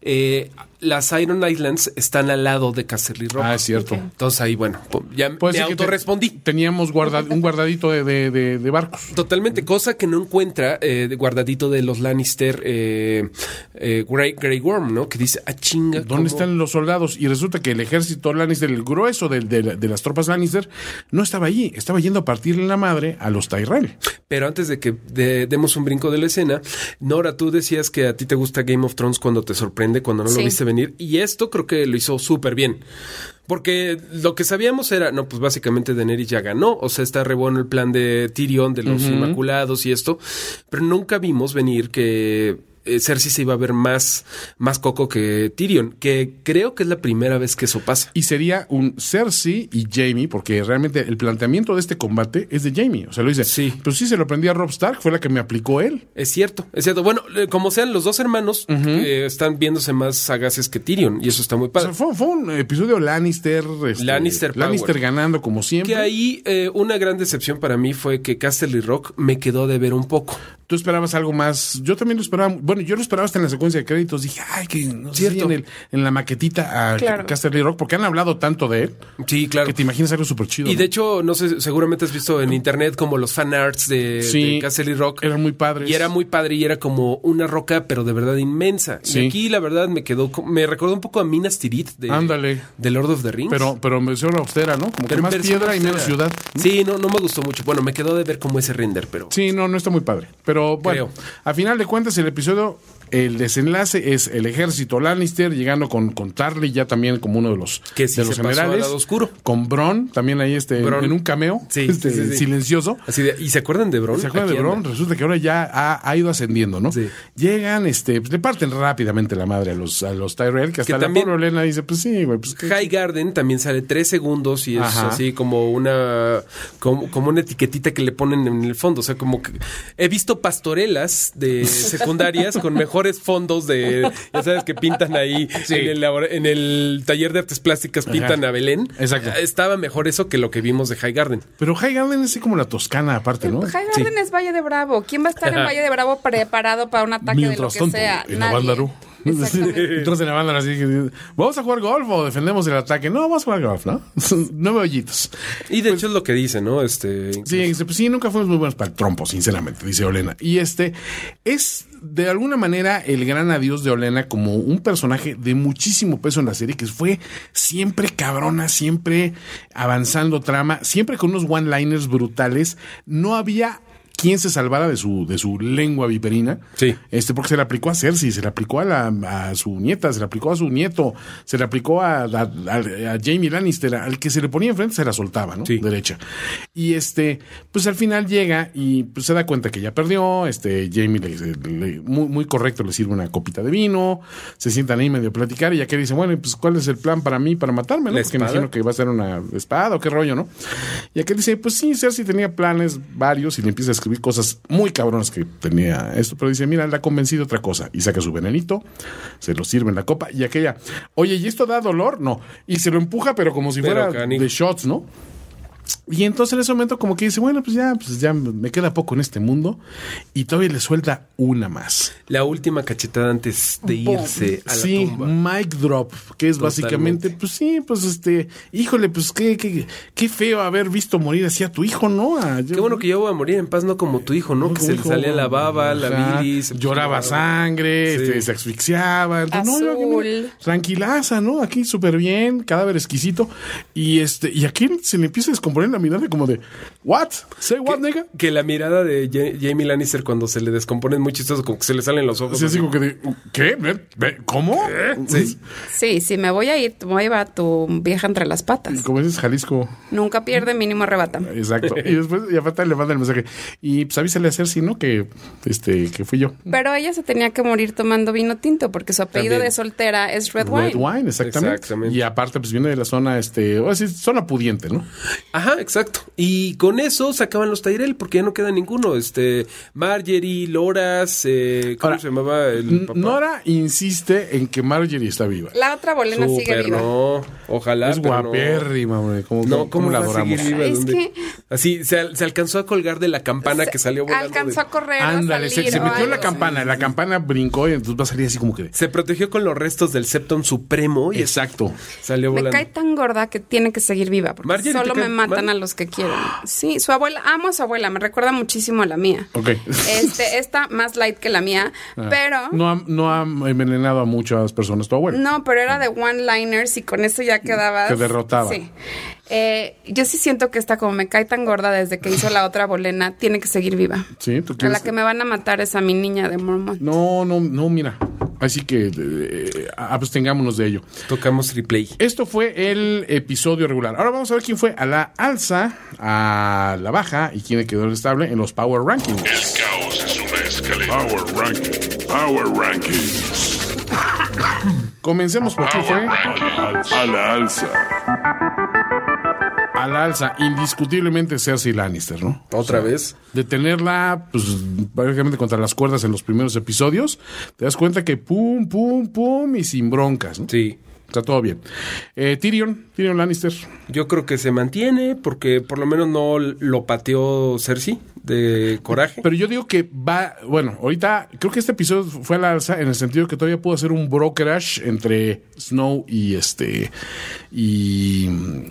eh, las Iron Islands están al lado de Casterly Rock.
Ah, es cierto.
Entonces ahí, bueno, pum, ya
Puede
me
ser que te-
autorrespondí.
teníamos guarda- un guardadito de, de- de- de barcos.
Totalmente, cosa que no encuentra eh, de guardadito de los Lannister eh, eh, Grey, Grey Worm, ¿no? Que dice, ah, chinga.
¿Dónde
¿cómo?
están los soldados? Y resulta que el ejército Lannister, el grueso del- de, la- de las tropas Lannister, no estaba allí. Estaba yendo a partirle la madre a los Tyrell.
Pero antes de que de- demos un brinco de la escena, Nora, tú decías que a ti te gusta Game of Thrones cuando te sorprende, cuando no lo
Sí.
viste venir. Y esto creo que lo hizo súper bien. Porque lo que sabíamos era, no, pues básicamente Daenerys ya ganó. O sea, está re bueno el plan de Tyrion, de los Inmaculados y esto. Pero nunca vimos venir que eh, Cersei se iba a ver más, más coco que Tyrion. Que creo que es la primera vez que eso pasa.
Y sería un Cersei y Jamie, porque realmente el planteamiento de este combate es de Jamie. O sea, lo dice.
Sí.
Pues sí, se lo aprendí a Rob Stark, fue la que me aplicó él.
Es cierto, es cierto. Bueno, eh, como sean, los dos hermanos eh, están viéndose más sagaces que Tyrion. Y eso está muy
O
padre.
sea, fue, fue un episodio Lannister. este,
Lannister Power.
Lannister ganando como siempre.
Que ahí eh, una gran decepción para mí fue que Casterly Rock me quedó de ver un poco.
Tú esperabas algo más. Yo también lo esperaba. Bueno, yo lo esperaba hasta en la secuencia de créditos. Dije, ay, que no sé,
Cierto.
en, el- en la maquetita a
Claro.
Casterly Rock, porque han hablado tanto de él
Sí, claro.
que te imaginas algo súper chido.
y
¿no?
de hecho, no sé, seguramente has visto en internet como los fan arts de,
Sí,
de Casterly Rock.
eran muy padres.
Y era muy padre y era como una roca, pero de verdad inmensa.
Sí.
Y aquí, la verdad, me quedó, co- me recordó un poco a Minas Tirith de,
Ándale.
de Lord of the Rings.
pero, pero me hicieron austera, ¿no? Como que
Pero
más
versión
piedra y
austera.
menos ciudad.
Sí, no, no me gustó mucho. Bueno, me quedó de ver como ese render, pero.
Sí, no, no está muy padre. Pero bueno,
Creo.
a final de cuentas, el episodio, el desenlace es el ejército Lannister llegando con, con Tarly ya también como uno de los,
Que sí
de los
se pasó al
generales.
lado oscuro.
Con Bron, también ahí este,
Bronn.
en un cameo
Sí,
este,
sí, sí, sí.
silencioso.
Así de, ¿Y se acuerdan de Bron?
¿Se acuerdan de
Aquí
Bron?
anda.
Resulta que ahora ya ha, ha ido ascendiendo, ¿no?
Sí.
Llegan, este, pues, le parten rápidamente la madre a los, a los Tyrell, que hasta
Que
la
también-
pobre Elena dice, pues sí, güey, pues que-
High Garden también sale tres segundos y es
Ajá.
así como una como, como una etiquetita que le ponen en el fondo. O sea, como que he visto pastorelas de secundarias con mejores fondos de, ya sabes, que pintan ahí en, el, labora- en el taller de artes plásticas, pintan a Belén.
Exacto.
Estaba mejor eso que lo que vimos de High Garden.
Pero High Garden es así como la Toscana aparte, ¿no?
High Garden es Valle de Bravo. ¿Quién va a estar en Valle de Bravo preparado para un ataque de lo
Mientras
que
tanto,
sea?
en
Nadie.
Avándaro.
Exactamente.
Entonces la banda así, vamos a jugar golf o defendemos el ataque. No, vamos a jugar golf, ¿no? Nueve hoyitos.
Y de hecho es lo que dice, ¿no? Este,
Pues Sí, dice, pues sí, nunca fuimos muy buenos para el trompo, sinceramente, dice Olena. Y este es de alguna manera el gran adiós de Olena como un personaje de muchísimo peso en la serie, que fue siempre cabrona, siempre avanzando trama, siempre con unos one-liners brutales. No había quien se salvara de su, de su lengua viperina.
Sí.
Este, porque se le aplicó a Cersei, se le aplicó a, la- a su nieta, se le aplicó a su nieto, se le aplicó a, Jamie Lannister, al que se le ponía enfrente se la soltaba, ¿no?
Sí.
Derecha. Y este, pues al final llega y pues, se da cuenta que ya perdió, este, Jamie le, le- muy, muy correcto le sirve una copita de vino, se sientan ahí medio a platicar y ya que dice, bueno, y, pues ¿cuál es el plan para mí para matarme? ¿no?
¿La
Porque
espada?
imagino que va a ser una espada o qué rollo, ¿no? Y aquel dice, pues sí, Cersei tenía planes varios y le empieza a escribir cosas muy cabronas que tenía esto, pero dice, mira, la ha convencido otra cosa. Y saca su venenito, se lo sirve en la copa y aquella, oye, ¿y esto da dolor? No. Y se lo empuja, pero como si
Pero
fuera
canijo.
de shots, ¿no? Y entonces en ese momento como que dice, bueno, pues ya, pues ya me queda poco en este mundo. Y todavía le suelta una más.
La última cachetada antes de irse a la
Pues, sí,
tumba.
mic drop, que es básicamente, pues sí, pues este, híjole, pues qué, qué, qué feo haber visto morir así a tu hijo, ¿no? A-
Qué bueno que yo voy a morir en paz, no como tu hijo, ¿no? Que se le
hijo,
salía la baba,
ajá,
la bilis. Ah.
Lloraba sangre,
Sí.
este, se asfixiaba. No, yo aquí me-
Azul.
tranquilaza, ¿no? Aquí súper bien, cadáver exquisito. Y este, y aquí se le empieza a descomponer la mirada como de, ¿what? ¿Say what, nigga?
Que la mirada de Ja- Jamie Lannister cuando se le descompone es muy chistoso, como que se le salen los ojos.
Así, así como que de, ¿qué? ¿Ve- ve- ¿Cómo?
Sí.
Sí, si me voy a ir, te voy a llevar a tu vieja entre las patas.
Como dices, Jalisco.
Nunca pierde, mínimo arrebata.
Exacto. Y después, y aparte le manda el mensaje. Y pues avísale a Cersei, ¿no? Que, este, que fui yo.
Pero ella se tenía que morir tomando vino tinto porque su apellido
También.
de soltera es Red,
Red
Wine.
Wine, exactamente.
Exactamente.
Y aparte, pues viene de la zona, este, o así, zona pudiente, ¿no?
Ajá, exacto. Y con eso se acaban los Tyrell porque ya no queda ninguno. Este, Marjorie, Loras, eh, ¿cómo
Ahora,
se llamaba el
N-
papá?
Nora insiste en que Marjorie está viva.
La otra bolena sigue
Súper,
viva.
no. Ojalá.
es
pero no.
guapérrima, hombre. Como,
No,
como-
¿cómo,
como la
la
adoramos.
Es que-
Así, se, al- se alcanzó a colgar de la campana que salió volando.
Alcanzó
de-
a correr. a
Ándale, se,
salir
se
o
metió en la
algo.
campana, la campana brincó y entonces va a salir así como que.
Se protegió con los restos del septum supremo y
Exacto.
salió
Me
volando.
cae tan gorda que tiene que seguir viva porque
Marjorie,
solo
¿te
me
cae
matan
mal?
a los que quieren. Sí, su abuela, amo a su abuela, me recuerda muchísimo a la mía.
Ok. Ah.
Este, esta más light que la mía,
Ah.
pero no.
No ha, no ha envenenado a muchas personas tu abuelo.
pero era de one liners y con eso
Mm,
ya quedabas.
Te derrotaba.
Sí. Eh, yo sí siento que esta como me cae tan gorda desde que hizo la otra bolena, tiene que seguir viva.
Sí, tú
A
quieres-
la que me van a matar es a mi niña de Mormon.
No, no, no, mira. Así que eh, abstengámonos de ello.
Tocamos replay.
Esto fue el episodio regular. Ahora vamos a ver quién fue a la alza, a la baja y quién quedó estable en los Power Rankings.
El caos es una escalera. Power Ranking. Power Rankings.
Comencemos por quién fue
Power Rankings. A la alza.
a la alza, indiscutiblemente Cersei Lannister, ¿no?
Otra vez.
De tenerla, pues, prácticamente contra las cuerdas en los primeros episodios, te das cuenta que pum, pum, pum y sin broncas, ¿no?
Sí.
Está todo bien. Eh, Tyrion, Tyrion Lannister.
Yo creo que se mantiene porque por lo menos no lo pateó Cersei de coraje.
Pero yo digo que va, bueno, ahorita creo que este episodio fue a la alza en el sentido que todavía pudo hacer un brokerage entre Snow y este y,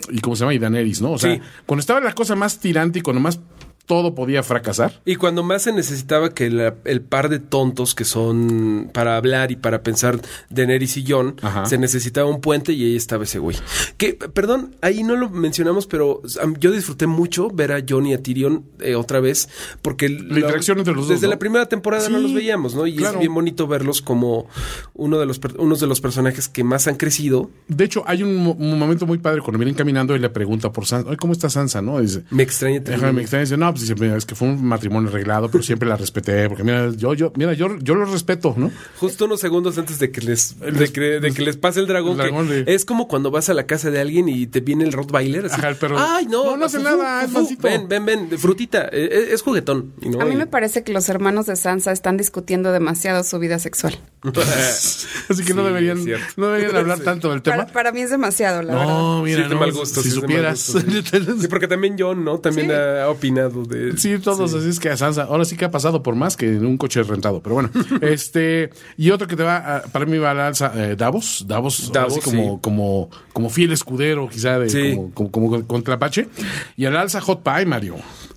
y cómo se llama y Daenerys, ¿no? O sea,
Sí.
cuando estaba la cosa más tirante y cuando más todo podía fracasar,
Y cuando más se necesitaba que la- el par de tontos que son para hablar y para pensar Daenerys y John,
Ajá.
se necesitaba un puente y ahí estaba ese güey. Que, p- perdón, ahí no lo mencionamos, pero am, yo disfruté mucho ver a John y a Tyrion eh, otra vez, porque la-
interacción entre los dos,
Desde
¿no?
la primera temporada no
Sí,
los veíamos, ¿no? Y
claro.
es bien bonito verlos como uno de los per- unos de los personajes que más han crecido.
de hecho hay un, mo- un momento muy padre cuando vienen caminando y le pregunta por Sansa, "Ay, ¿cómo está Sansa?", ¿no? Dice,
Me extraña Tyrion.
Déjame me extraña, dice, no, pues dice, mira, es que fue un matrimonio arreglado, pero siempre la respeté, porque mira, yo, yo, mira, yo, yo lo respeto, ¿no?
Justo unos segundos antes de que les, de que, de que les pase el dragón.
El dragón
que
de-
Es como cuando vas a la casa de alguien y te viene el Rottweiler. Así,
Ajá, el perro.
Ay, no.
No, no hace
fufu,
nada, es
fufu,
mansito".
Ven, ven, ven, frutita. eh, eh, Es, juguetón. y no,
A mí
y-
me parece que los hermanos de Sansa están discutiendo demasiado su vida sexual.
Así que no
Sí,
deberían,
es cierto.
no deberían hablar tanto del tema.
Para, para mí es demasiado, la verdad.
No, mira,
Sí, de
no,
mal gusto,
si
sí, de mal
supieras.
gusto, sí. Sí, porque también John, ¿no? También
Sí.
ha ha opinado todos de...
Sí, todos, así es que a Sansa. Ahora sí que ha pasado por más que en un coche rentado, pero bueno. este Y otro que te va, a- para mí va al alza, eh, Davos. Davos, ahora
Davos,
sí como,
sí.
como, como fiel escudero, quizá, de,
Sí.
como, como, como contra Apache. Y al alza Hot Pie, Mario.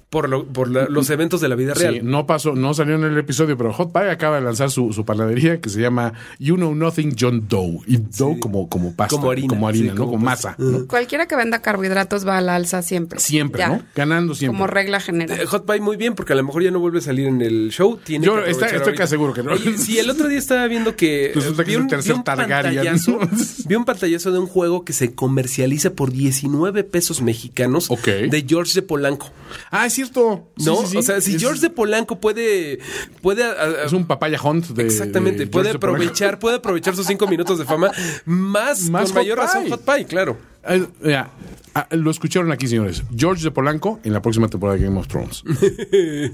Por, lo- por la- los eventos de la vida
Sí,
real.
no pasó, no salió en el episodio, pero Hot Pie acaba de lanzar su, su panadería que se llama You Know Nothing John Doe. Y Doe como, como pasta,
Como harina, sí,
¿no?
como
Como,
pasta.
masa, ¿no?
Cualquiera que venda carbohidratos va a la alza siempre.
Siempre,
Ya.
¿no? Ganando siempre.
Como regla general.
Eh, Hot Pie muy bien, porque a lo mejor ya no vuelve a salir en el show. Tiene
Yo
que aprovechar
está- estoy
ahorita.
casi seguro que no.
Oye, sí, el otro día estaba viendo que.
Resulta que
vi
es el tercer Targaryen.
pantallazo- Vi un pantallazo de un juego que se comercializa por 19 pesos mexicanos
Ok.
de George de Polanco.
Ah, es cierto. Sí,
¿No?
sí, sí.
O sea, si
Es-
George de Polanco puede. puede a- a-
Es un papaya hunt de.
Exactamente,
de
puede
George de Polanco.
aprovechar, puede aprovechar sus cinco minutos de fama, más,
Más
con mayor
Hot
razón
Pie.
Hot Pie, claro.
Eh, mira, ah, lo escucharon aquí, señores. George de Polanco en la próxima temporada de Game of Thrones.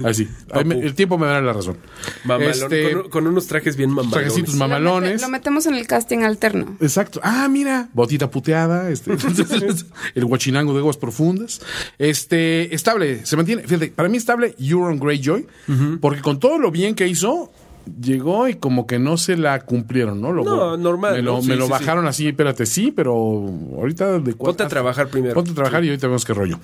Así. Ahí me- el tiempo me dará la razón.
Mamalón,
Este,
con, con unos trajes bien mamalones.
trajecitos
Lo mete-
mamalones.
Lo metemos en el casting alterno.
Exacto. Ah, mira, botita puteada, este, el guachinango de aguas profundas. Este, estable, se mantiene. Fíjate, para mí estable Euron Greyjoy, porque con todo lo bien que hizo, llegó y como que no se la cumplieron, ¿no? Lo-
No, normal,
Me
¿no?
lo,
Sí,
me lo
sí,
bajaron así, espérate, sí, pero ahorita de Ah,
Ponte a trabajar primero.
Ponte a trabajar y ahorita vemos qué rollo.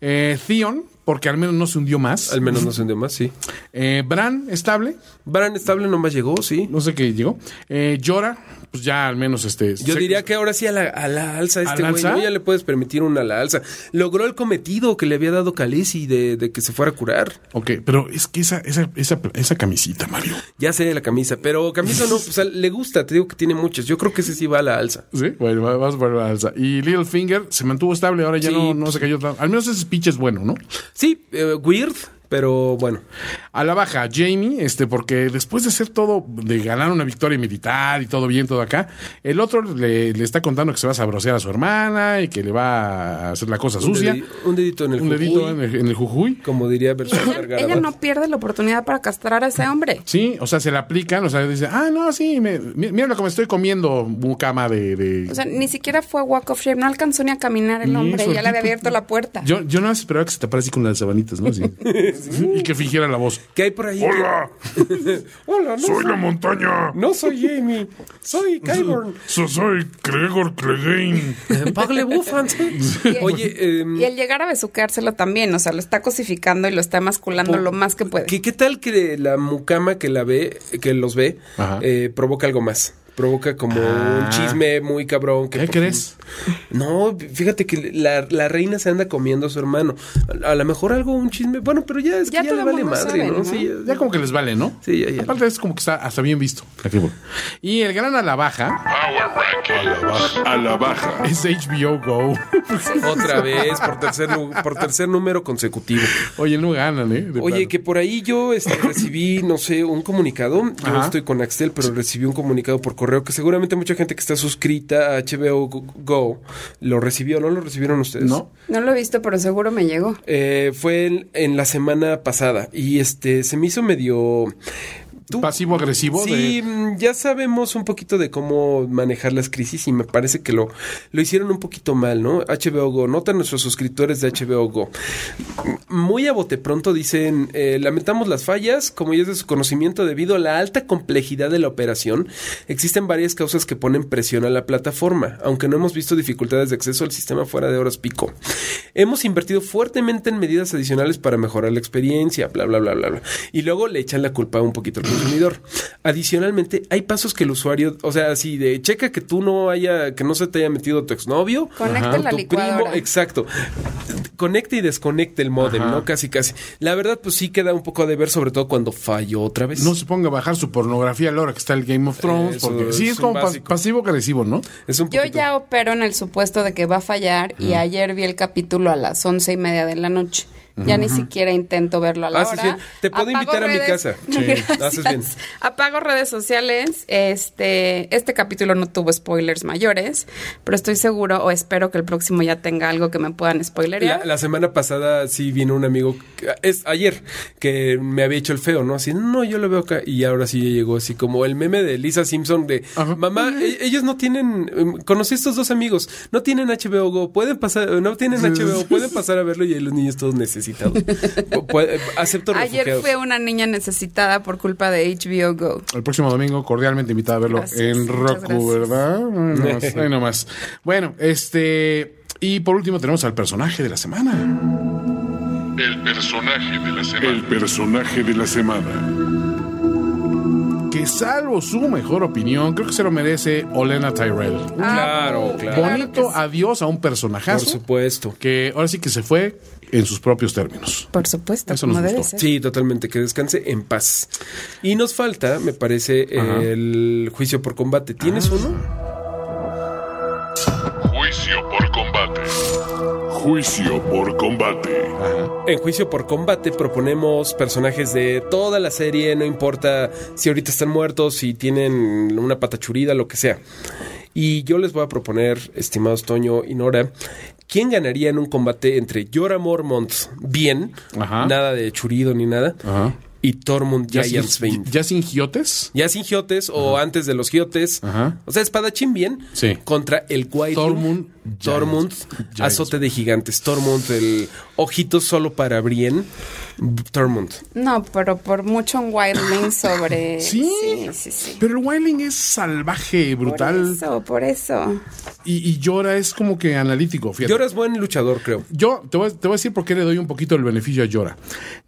Eh, Theon, porque al menos no se hundió más.
Al menos no se hundió más, sí.
Eh, Bran, estable,
Bran Stable nomás llegó, sí.
no sé qué llegó. Eh, Jorah, pues ya al menos este.
Yo
se-
diría que ahora sí a la, a la alza este
la
güey,
alza?
¿no? Ya le puedes permitir una a la alza. Logró el cometido que le había dado Khaleesi de, de que se fuera a curar.
Ok, pero es que esa, esa, esa, esa camisita, Mario.
Ya sé la camisa, pero camisa no, o sea, le gusta, te digo que tiene muchas. Yo creo que ese sí va a la alza.
Sí, bueno, va- vas por la alza. Y Littlefinger se mantuvo estable, ahora ya
Sí,
no, no se cayó tanto. Al menos ese speech es bueno, ¿no?
Sí, eh, weird, pero bueno.
A la baja, Jamie, este, porque después de ser todo, de ganar una victoria militar y todo bien, todo acá, el otro le, le está contando que se va a sabrosear a su hermana y que le va a hacer la cosa
Un
sucia.
dedi- Un dedito en el
Un dedito
jujuy,
en el, en el jujuy.
como diría Versus
Ella no pierde la oportunidad para castrar a ese hombre.
Sí, o sea, se la aplican, o sea, dice, ah, no, sí, me, mi- mira cómo estoy comiendo mucama de... de-
O sea, ni siquiera fue walk of shame, no alcanzó ni a caminar el hombre,
Eso,
ya le había
tipo-
abierto la puerta.
Yo, yo no esperaba que se tapara así con las sabanitas, ¿no? Así. y que fingiera la voz.
¿Qué hay por ahí?
¡Hola!
Hola, no
¡Soy la montaña!
No soy Jamie, soy Kyborn.
So- soy Gregor Clegane.
Pagle Bufans. Oye,
Y
eh,
el llegar a besuqueárselo también, o sea, lo está cosificando y lo está masculando
Por-
lo más que puede.
¿qué, qué tal que la mucama que la ve, que los ve,
Ajá. Ah.
eh, provoca algo más? Provoca como un chisme muy cabrón. que
¿Qué
por-
crees?
No, fíjate que la, la reina se anda comiendo a su hermano. A, a lo mejor algo, un chisme. Bueno, pero ya es
Ya
que ya
todo
le vale
mundo
madre,
sabe,
¿no?
¿no?
Sí, ya-
Ya como que les vale, ¿no?
Sí, ya, ya.
Aparte es como que está hasta bien visto. la tribu. Y el gran a la baja
Power Ranking. A la baja. A la baja.
es HBO Go.
Otra vez, por tercer, nu- por tercer número consecutivo.
Oye, no ganan, ¿eh? De
Oye,
plano.
que por ahí yo este, recibí, no sé, un comunicado. Yo
Ajá.
estoy con Axtel, pero recibí un comunicado por correo que seguramente mucha gente que está suscrita a HBO Go lo recibió. ¿No lo recibieron ustedes?
No.
No lo he visto, pero seguro me llegó.
Eh, fue en, en la semana pasada y este se me hizo medio... tú-
Pasivo-agresivo
Sí, mm, ya sabemos un poquito de cómo manejar las crisis y me parece que lo, lo hicieron un poquito mal, ¿no? HBO Go, nota a nuestros suscriptores de HBO Go. Muy a bote pronto dicen, eh, lamentamos las fallas, como ya es de su conocimiento, debido a la alta complejidad de la operación, existen varias causas que ponen presión a la plataforma, aunque no hemos visto dificultades de acceso al sistema fuera de horas pico. Hemos invertido fuertemente en medidas adicionales para mejorar la experiencia, bla, bla, bla, bla, bla. Y luego le echan la culpa un poquito al consumidor. Adicionalmente, hay pasos que el usuario, o sea, así de checa que tú no haya, que no se te haya metido tu exnovio,
Conecta
o
la
tu primo,
licuadora.
exacto. Conecta y desconecta el modem, ¿no? Casi, casi. La verdad, pues sí queda un poco de ver, sobre todo cuando falló otra vez.
No se ponga a bajar su pornografía a la hora que está el Game of Thrones.
pues. Eso
porque
es
sí, es,
un
como pas-
básico.
pasivo-agresivo, ¿no?
es un
Yo
poquito-
ya opero en el supuesto de que va a fallar y ayer vi el capítulo a las once y media de la noche. Ya ni siquiera intento verlo a la
Ah, sí,
hora.
sí. Te puedo invitar a mi casa. Sí,
Gracias.
haces bien.
Apago redes sociales. Este, este capítulo no tuvo spoilers mayores, pero estoy seguro o espero que el próximo ya tenga algo que me puedan spoilerear.
La, la semana pasada sí vino un amigo, que- es ayer, que me había hecho el feo, ¿no? Así, no, yo lo veo acá. Y ahora sí llegó así como el meme de Lisa Simpson de,
Ajá.
mamá, e- ellos no tienen, em, conocí a estos dos amigos, no tienen HBO Go, pueden pasar, no tienen HBO, pueden pasar a verlo y ahí los niños todos necesitados. Pu- pu- Acepto
Ayer
refugiados.
fue una niña necesitada por culpa de HBO Go.
El próximo domingo, cordialmente invitada a verlo
Gracias,
en
muchas
Roku,
gracias.
¿verdad? Ay, no más, ay, no más. Bueno, este. Y por último, tenemos al personaje de la semana.
El personaje de la semana. El personaje de la semana.
Que, salvo su mejor opinión, creo que se lo merece Olena Tyrell.
Claro, claro.
Bonito adiós a un
Por
personajazo
supuesto.
que ahora sí que se fue en sus propios términos.
Por supuesto,
Eso nos
como debe
gustó.
ser.
Sí, totalmente, que descanse en paz. Y nos falta, me parece, el juicio por combate.
Ah.
¿Tienes uno?
Juicio por combate. Juicio por combate.
En juicio por combate proponemos personajes de toda la serie, no importa si ahorita están muertos, si tienen una patachurida, lo que sea. Y yo les voy a proponer, estimados Toño y Nora, ¿quién ganaría en un combate entre Jorah Mormont bien,
Ajá.
nada de churido ni nada,
Ajá.
y Tormund
Ya,
Giants
sin,
Bane?
ya sin giotes.
Ya sin giotes o antes de los giotes.
Ajá.
O sea, espadachín bien.
Sí.
Contra el Guaidum.
Tormund Giants.
Tormund.
Giants.
Azote de gigantes. Tormund, el ojito solo para Brienne. B- Tormund.
No, pero por mucho un wildling sobre.
Sí.
sí, sí. sí.
Pero el Wailing es salvaje,
Por
brutal.
eso, por eso.
Y, y Llora es como que analítico. Fíjate.
Llora es buen luchador, creo.
Yo te voy, a- te voy a decir por qué le doy un poquito el beneficio a Llora.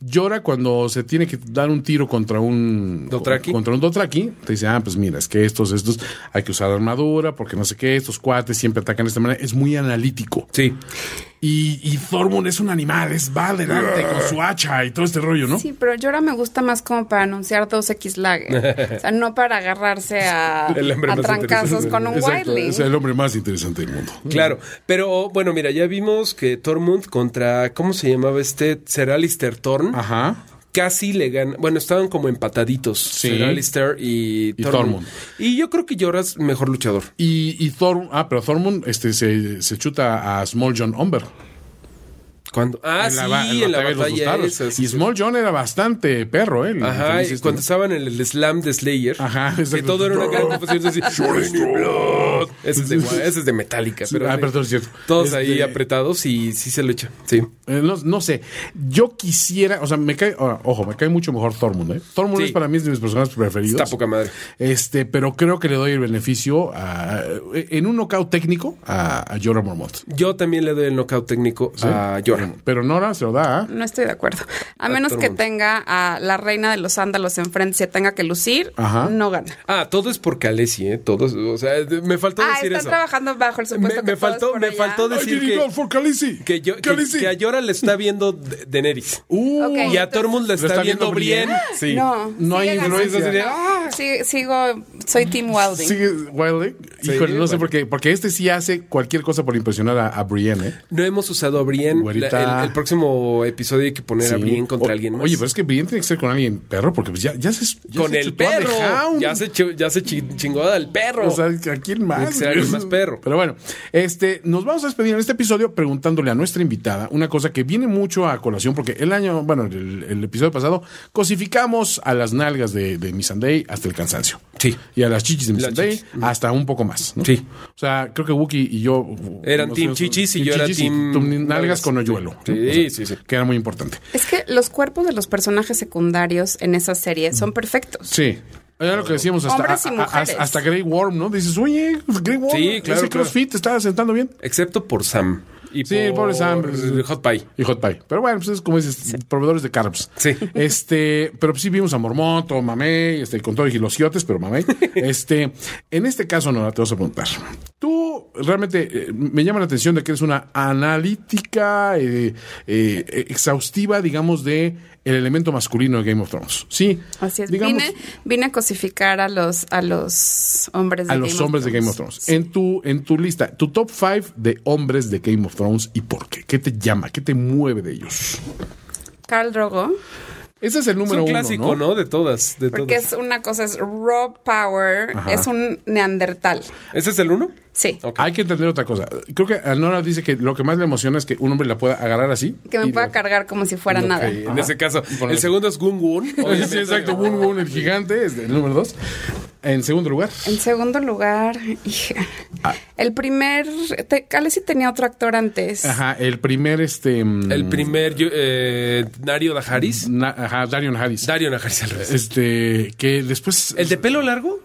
Llora cuando se tiene que dar un tiro contra un
Dothraki.
contra un Dotraki, te dice, ah, pues mira, es que estos, estos, hay que usar armadura, porque no sé qué, estos cuates siempre atacan de esta manera. Es muy analítico.
Sí.
Y, y Thormund es un animal, es va adelante con su hacha y todo este rollo, ¿no?
Sí, pero yo ahora me gusta más como para anunciar 2X Lager. o sea, no para agarrarse a,
El hombre
a
más
trancazos
interesante.
con un
Exacto,
wildling.
es el hombre más interesante del mundo.
Claro. Pero bueno, mira, ya vimos que Tormund contra. ¿Cómo se llamaba este? Será Lister Torn.
Ajá.
Casi le ganan. Bueno, estaban como empataditos.
Sí.
Ser Alistair y
Y
Tormund.
Tormund.
Y yo creo que Llora es mejor luchador.
Y, y Thor, ah, pero Thormund este, se, se chuta a Small John Umber.
Cuando. Ah,
en
sí,
la, ba-
en
batalla
la
de los
batalla.
bastardos.
esa, sí,
y
sí.
Small John era bastante perro, ¿eh? El
Ajá,
infeliz
y
este.
cuando estaban en el slam de Slayer,
Ajá,
que
exacto.
todo era una gran confusión. así, ese, es de, Gua- ese es de Metallica, pero
Ah,
sí.
pero todo es cierto.
todos
Este-
ahí apretados y sí se lucha. Sí,
Eh, no, no sé, yo quisiera, o sea, me cae, ahora, ojo, me cae mucho mejor Thormund, ¿eh? Thormund
Sí.
es para mí es de mis personajes preferidos.
está poca madre.
Este, pero creo que le doy el beneficio a- eh, en un knockout técnico a, a Jorah Mormont.
Yo también le doy el knockout técnico a Jorah.
Pero Nora se lo da, ¿eh?
No estoy de acuerdo. A menos
todo
que
mundo.
tenga a la reina de los ándalos enfrente, se tenga que lucir,
Ajá.
no gana.
Ah, todo es por Calesi, ¿eh? Todo, es- o sea, de- me faltó
Ah,
decir
están
eso.
trabajando bajo el
Me,
supuesto
me
que todo es
faltó,
por
me
allá.
faltó
I
decir
did it
que,
all for Khaleesi.
que, yo- que-
Khaleesi.
que a Jorah le está viendo D- Daenerys.
Uh,
Ok,
y a
entonces-
Tormund le
¿Lo
está, viendo bien. Sí.
No,
No hay
sigue ganando. Ah,
influencia.
Así de,
Sí, sigo, soy Team Wilding.
Sigue Wilding.
Sí,
Híjole, no sé
Wilding.
por qué. Porque este sí hace cualquier cosa por impresionar a, a Brienne, ¿eh?
No hemos usado a Brienne. La-
Güerita.
el, el próximo episodio hay que poner a
Sí.
Brienne contra
O-
alguien más.
Oye, pero es que Brienne tiene que ser con alguien perro, porque pues ya, ya se. ya
con
se
el
chutó a The
perro.
Hound.
Ya se, chi- ya se chi- chingó al perro.
O sea, ¿a quién más?
Tiene que ser alguien más perro.
Pero bueno, este, nos vamos a despedir en este episodio preguntándole a nuestra invitada una cosa que viene mucho a colación, porque el año, bueno, el, el episodio pasado, cosificamos a las nalgas de, de Missandei hasta el cansancio.
Sí.
Y a las chichis de
Las
Missandei
chichis.
hasta un poco más. ¿no?
Sí.
O sea, creo que Wookie y yo.
Eran
nos-
team
nos-
chichis y yo era
chichis y
team
tú
nalgas.
nalgas con hoyuelo.
Sí,
¿no? O
sí, sí.
Que era muy importante.
Es que los cuerpos de los personajes secundarios en esa serie son perfectos.
Sí. Era lo que decíamos hasta,
Hombres y
a- a-
mujeres.
hasta Grey Worm, ¿no? Dices, oye, Grey Worm,
Sí, claro,
ese
claro.
CrossFit te estaba sentando bien.
Excepto por Sam. Y
Sí, pobre Sam.
el Hot Pie.
Y Hot Pie. Pero bueno, pues es como dices, proveedores de carbs.
Sí.
Este, pero pues sí vimos a Mormoto, Mamey, este, con todo y los giotes, pero Mamey. Este, en este caso, Nora, te vas a preguntar. Tú realmente eh, me llama la atención de que eres una analítica eh, eh, exhaustiva, digamos, de el elemento masculino de Game of Thrones. Sí.
Así es.
Digamos,
Vine, vine a cosificar a los, a los hombres de
a
Game
los
of
hombres de
Thrones.
Game of Thrones. En tu en tu lista, tu top 5 de hombres de Game of Thrones y por qué. ¿Qué te llama? ¿Qué te mueve de ellos?
Carl Drogo,
Ese es el
Es
número
un
uno,
clásico,
¿no?
¿no? De todas. De
porque
todas.
es una cosa, es raw power, es un neandertal.
¿Ese es el uno?
Sí.
Ok.
Hay que entender otra cosa. Creo que a Nora dice que lo que más le emociona es que un hombre la pueda agarrar así.
Que me
y
pueda
lo-
cargar como si fuera nada.
Ok, En ese caso. El segundo es Gun Gun.
Sí, exacto. Boom, boom, el gigante es el número dos. En segundo lugar,
En segundo lugar, hija, El primer. Te, Calesi tenía otro actor antes.
Ajá, el primer este. mm,
El primer yo- eh, Dario Dajaris.
na- ajá, Darion Harris.
Dario Dajaris al revés.
este, que después.
¿El de pelo largo?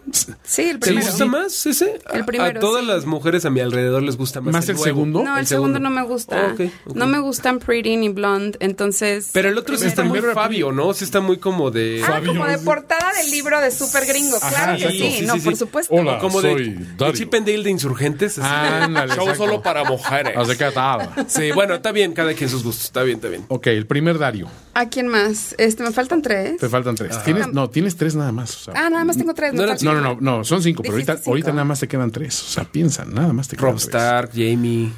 Sí, el
¿Te
primero.
gusta más ese? A-
El primero,
A todas
sí.
las mujeres a mi alrededor les gusta más.
¿Más el
nuevo.
segundo?
No, el, segundo. no me gusta.
Oh, ok, ok.
No me gustan Pretty ni Blonde, entonces.
Pero el otro sí está muy
primero era
Fabio, ¿no? Sí está muy como de.
Ah, como de portada del libro de Super Gringo.
Ajá,
claro que
exacto.
sí,
Sí,
no,
Ah, sí,
por
sí.
supuesto.
Hola.
como
soy
de, de
Dario.
Chip and Dale de Insurgentes. así.
Ándale,
Show
exacto.
solo para mujeres.
Así que estaba.
Sí, bueno, está bien, cada quien sus gustos. Está bien, está bien.
Ok, el primer Dario.
¿A quién más? Este, me faltan tres.
Te faltan tres. ¿Tienes, no, tienes tres nada más. o sea.
Ah, nada más tengo tres.
No
me
eran
faltan-
no, no, no, no, son cinco, pero ahorita,
Dijiste cinco.
ahorita nada más te quedan tres. O sea, piensa, nada más te quedan
Rob
tres.
Stark, Jamie.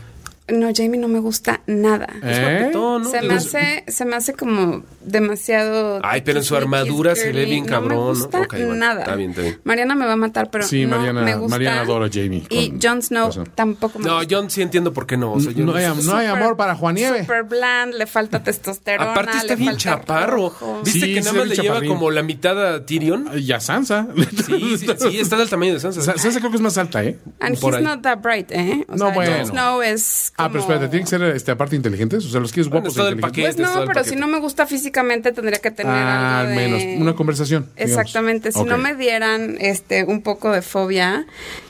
No, Jamie no me gusta nada.
¿Eh?
Petón, ¿no?
Se me, hace, se me hace como demasiado.
Ay, pero en su armadura se ve bien cabrón,
No
¿no?
me gusta
Ok, bueno,
nada.
está bien, está bien.
Mariana me va a matar, pero
Sí,
no
Mariana-
me gusta.
Mariana adora a Jamie,
Y
con
Jon Snow
razón.
tampoco me
No,
gusta.
John sí entiendo por qué no. o sea, yo
No
no
hay,
sé.
am- no hay amor para Juanieve.
Super bland, le falta testosterona.
Aparte
le
está bien
falta
chaparro.
rojo.
¿Viste
Sí,
que
se
nada
ve
más le
bien
lleva
chaparrín.
como la mitad a Tyrion?
Y a Sansa.
Sí, sí, sí, está del tamaño de Sansa.
Sa- Sansa creo que es más alta, ¿eh?
And
por
he's
ahí.
not that bright, ¿eh? O
No,
sea,
bueno.
Jon Snow es.
Ah, pero
como-
espérate, tienen que ser este, aparte inteligentes. O sea, los quieres
Bueno,
guapos.
Este es todo
e
el
inteligentes.
paquete.
Pues no,
Todo el
pero si
paquete.
no me gusta físicamente, tendría que tener
Ah,
algo
al
de-
menos. Una conversación. digamos.
Exactamente, si no
Ok.
me dieran este un poco de fobia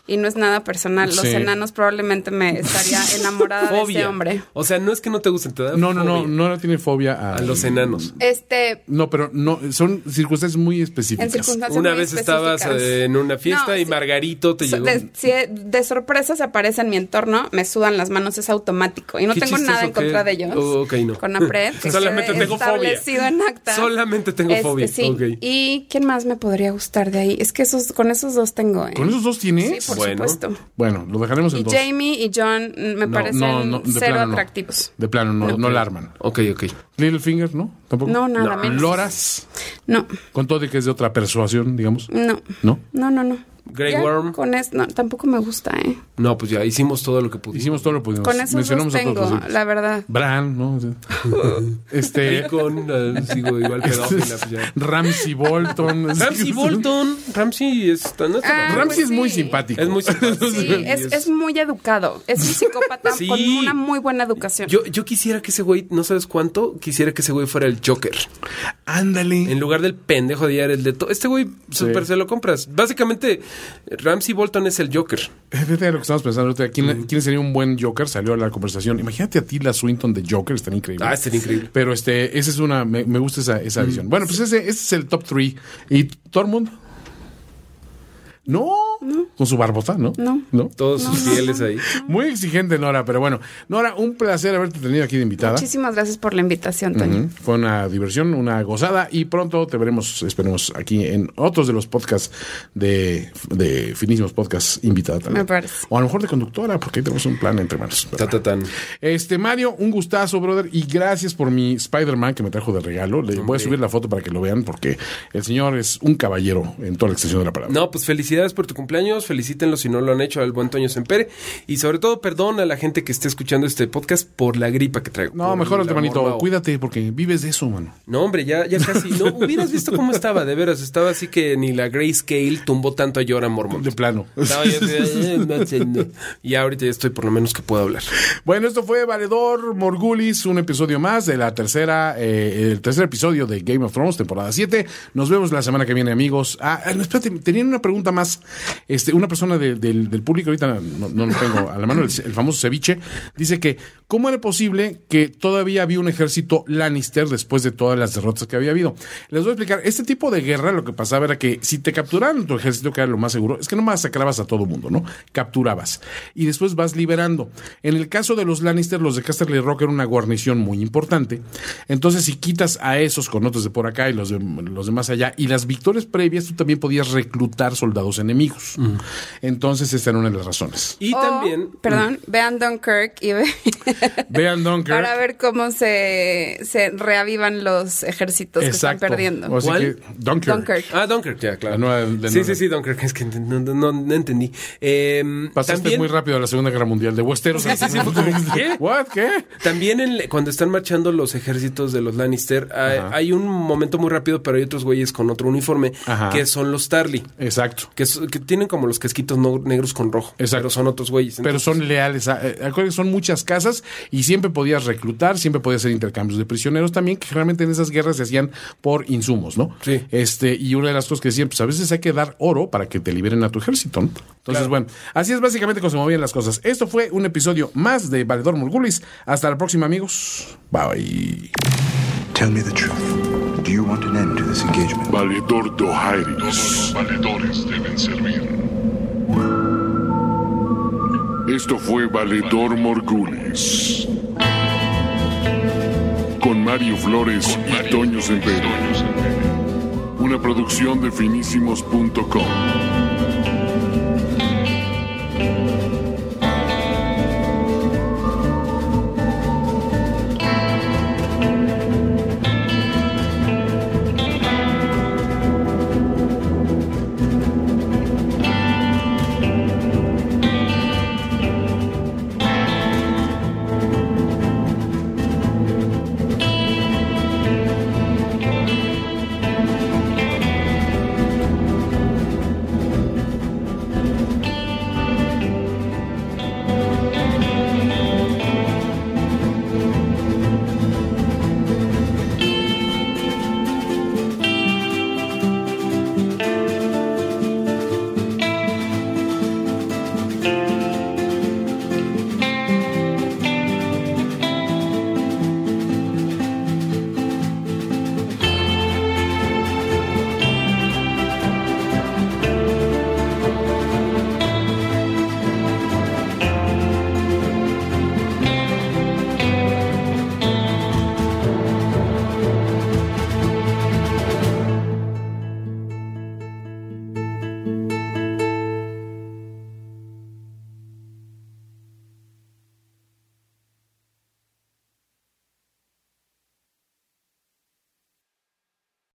y no es nada personal, los
Sí.
enanos probablemente me estaría enamorada de ese hombre.
O sea, no es que no te gusten, te da
No, no, no,
fobia
no, no tiene fobia a,
A los enanos.
Este
No, pero no, son circunstancias muy
en
específicas.
circunstancias
Una
muy
vez estabas
específicas.
eh, en una fiesta
No,
y
sí.
Margarito te
So-
llegó.
de, si de sorpresa se aparece en mi entorno, me sudan las manos, es automático. Y no
Qué
tengo
chistoso
nada en
que-
contra de ellos.
Oh, ok, no.
Con APRED. que
Solamente
quede
tengo fobia.
establecido en acta.
Solamente tengo
Este,
fobia.
sí.
Ok.
¿Y quién más me podría gustar de ahí? Es que esos, con esos dos tengo. ¿eh?
¿Con esos dos tiene?
Sí, por
Bueno.
supuesto.
Bueno, lo dejaremos en
Y
dos.
Jamie y John mm, me parecen cero atractivos.
De plano, no, no la arman.
Ok, ok.
Littlefinger, ¿no? Tampoco.
No, nada
No.
menos.
Loras,
No,
con todo de que es de otra persuasión, digamos.
no,
¿No?
no, no, no.
Grey
Ya
Worm.
Con es, no, tampoco me gusta, ¿eh?
No, pues ya hicimos todo lo que pudimos.
Hicimos todo lo que pudimos.
Con esos dos
Mencionamos a
tengo,
todos. los-
la verdad.
Bran, ¿no? Este.
Y con, eh, sigo igual pedófila. pues ya.
Ramsey Bolton.
Ramsey Bolton. Ramsey es tan. no está
Ah,
tan-
Ramsey
pues
es muy
sí.
simpático.
Es muy simpático.
Sí, es, es muy educado. Es un psicópata
Sí.
con una muy buena educación.
Yo, yo quisiera que ese güey, no sabes cuánto, quisiera que ese güey fuera el Joker.
Ándale.
En lugar del pendejo de Jared Leto. Este güey, súper se lo compras. Básicamente, Ramsey Bolton es el Joker.
Fíjate lo que estamos pensando. ahorita, ¿Quién, quién sería un buen Joker? Salió a la conversación. Imagínate a ti la Swinton de Joker. Están increíbles.
Ah, estaría increíble.
Pero este, esa es una. Me, me gusta esa, esa visión. Bueno, pues ese, ese es el top 3. ¿Y todo el mundo? No. Con su barbota, ¿no?
No.
No.
Todos sus fieles ahí.
Muy exigente, Nora, pero bueno. Nora, un placer haberte tenido aquí de invitada.
Muchísimas gracias por la invitación, Toño.
Ujú. Fue una diversión, una gozada y pronto te veremos, esperemos, aquí en otros de los podcasts de, de finísimos podcasts invitada también.
Me parece.
O a lo mejor de conductora, porque ahí tenemos un plan entre manos. pero
Ta, ta, tan.
este, Mario, un gustazo, brother. Y gracias por mi Spider-Man que me trajo de regalo. Le voy a subir la foto para que lo vean, porque el señor es un caballero en toda la extensión de la palabra.
No, pues felicidades por tu cumpleaños, felicítenlo si no lo han hecho al buen Toño Sempere y sobre todo perdón a la gente que esté escuchando este podcast por la gripa que traigo.
No,
por
mejor
la
hermanito,
mormao.
cuídate, porque vives de eso, mano.
No, hombre, ya, ya casi. No, hubieras visto cómo estaba, de veras. Estaba así que ni la Grayscale tumbó tanto a Jorah Mormont.
De plano.
Estaba yo así, "Eh, no sé, no". y ahorita ya estoy por lo menos que puedo hablar.
Bueno, esto fue Valedor Morgulis, un episodio más de la tercera, eh, el tercer episodio de Game of Thrones, temporada 7. Nos vemos la semana que viene, amigos. Ah, ah, no, espérate, tenían una pregunta más. Este, una persona de- del, del público, ahorita no, no lo tengo a la mano, el, el famoso ceviche, dice que, ¿cómo era posible que todavía había un ejército Lannister después de todas las derrotas que había habido? Les voy a explicar, este tipo de guerra lo que pasaba era que si te capturaban tu ejército, que era lo más seguro, es que no masacrabas a todo mundo, ¿no? Capturabas. Y después vas liberando. En el caso de los Lannister, los de Casterly Rock eran una guarnición muy importante. Entonces, si quitas a esos con otros de por acá y los de, los de más allá, y las victorias previas, tú también podías reclutar soldados enemigos. Entonces, esta era una de las razones.
Y
O,
también.
Perdón, vean Dunkirk y ve-
Vean mm. Dunkirk.
Para ver cómo se, se reavivan los ejércitos que
Exacto.
están perdiendo.
O sea
¿Cuál?
que Dunkirk.
Dunkirk.
Ah, Dunkirk, ya, claro.
La nueva de
sí,
Nolan.
sí, sí, Dunkirk, es que no, no- no- no entendí. Eh,
Pasaste
también,
muy rápido a la Segunda Guerra Mundial de Westeros. a la
Sí, sí, sí,
Segunda
fue como,
Guerra Mundial.
¿qué?
What? ¿Qué?
también en- cuando están marchando los ejércitos de los Lannister, hay,
Ajá.
hay un momento muy rápido, pero hay otros güeyes con otro uniforme,
Ajá.
que son los Tarly,
Exacto.
que, so- que tienen como los casquitos no- negros con rojo,
Exacto.
pero son otros güeyes.
Pero
Entonces,
son leales. a- eh, Acuérdense, son muchas casas y siempre podías reclutar, siempre podías hacer intercambios de prisioneros también, que generalmente en esas guerras se hacían por insumos, ¿no?
Sí.
Este, y una de las cosas que decían, pues a veces hay que dar oro para que te liberen a tu ejército, ¿no? Entonces,
Claro.
bueno, así es básicamente cómo se movían las cosas. Esto fue un episodio más de Valedor Morgulis. Hasta la próxima, amigos. Bye.
Tell me the truth. Do you want an end to this engagement?
Valedor Todos los Dohairis.
valedores deben servir.
Esto fue Valedor Morgulis. Con Mario Flores y Toño Sempere.
Toño Sempere.
Una producción de finísimos.com.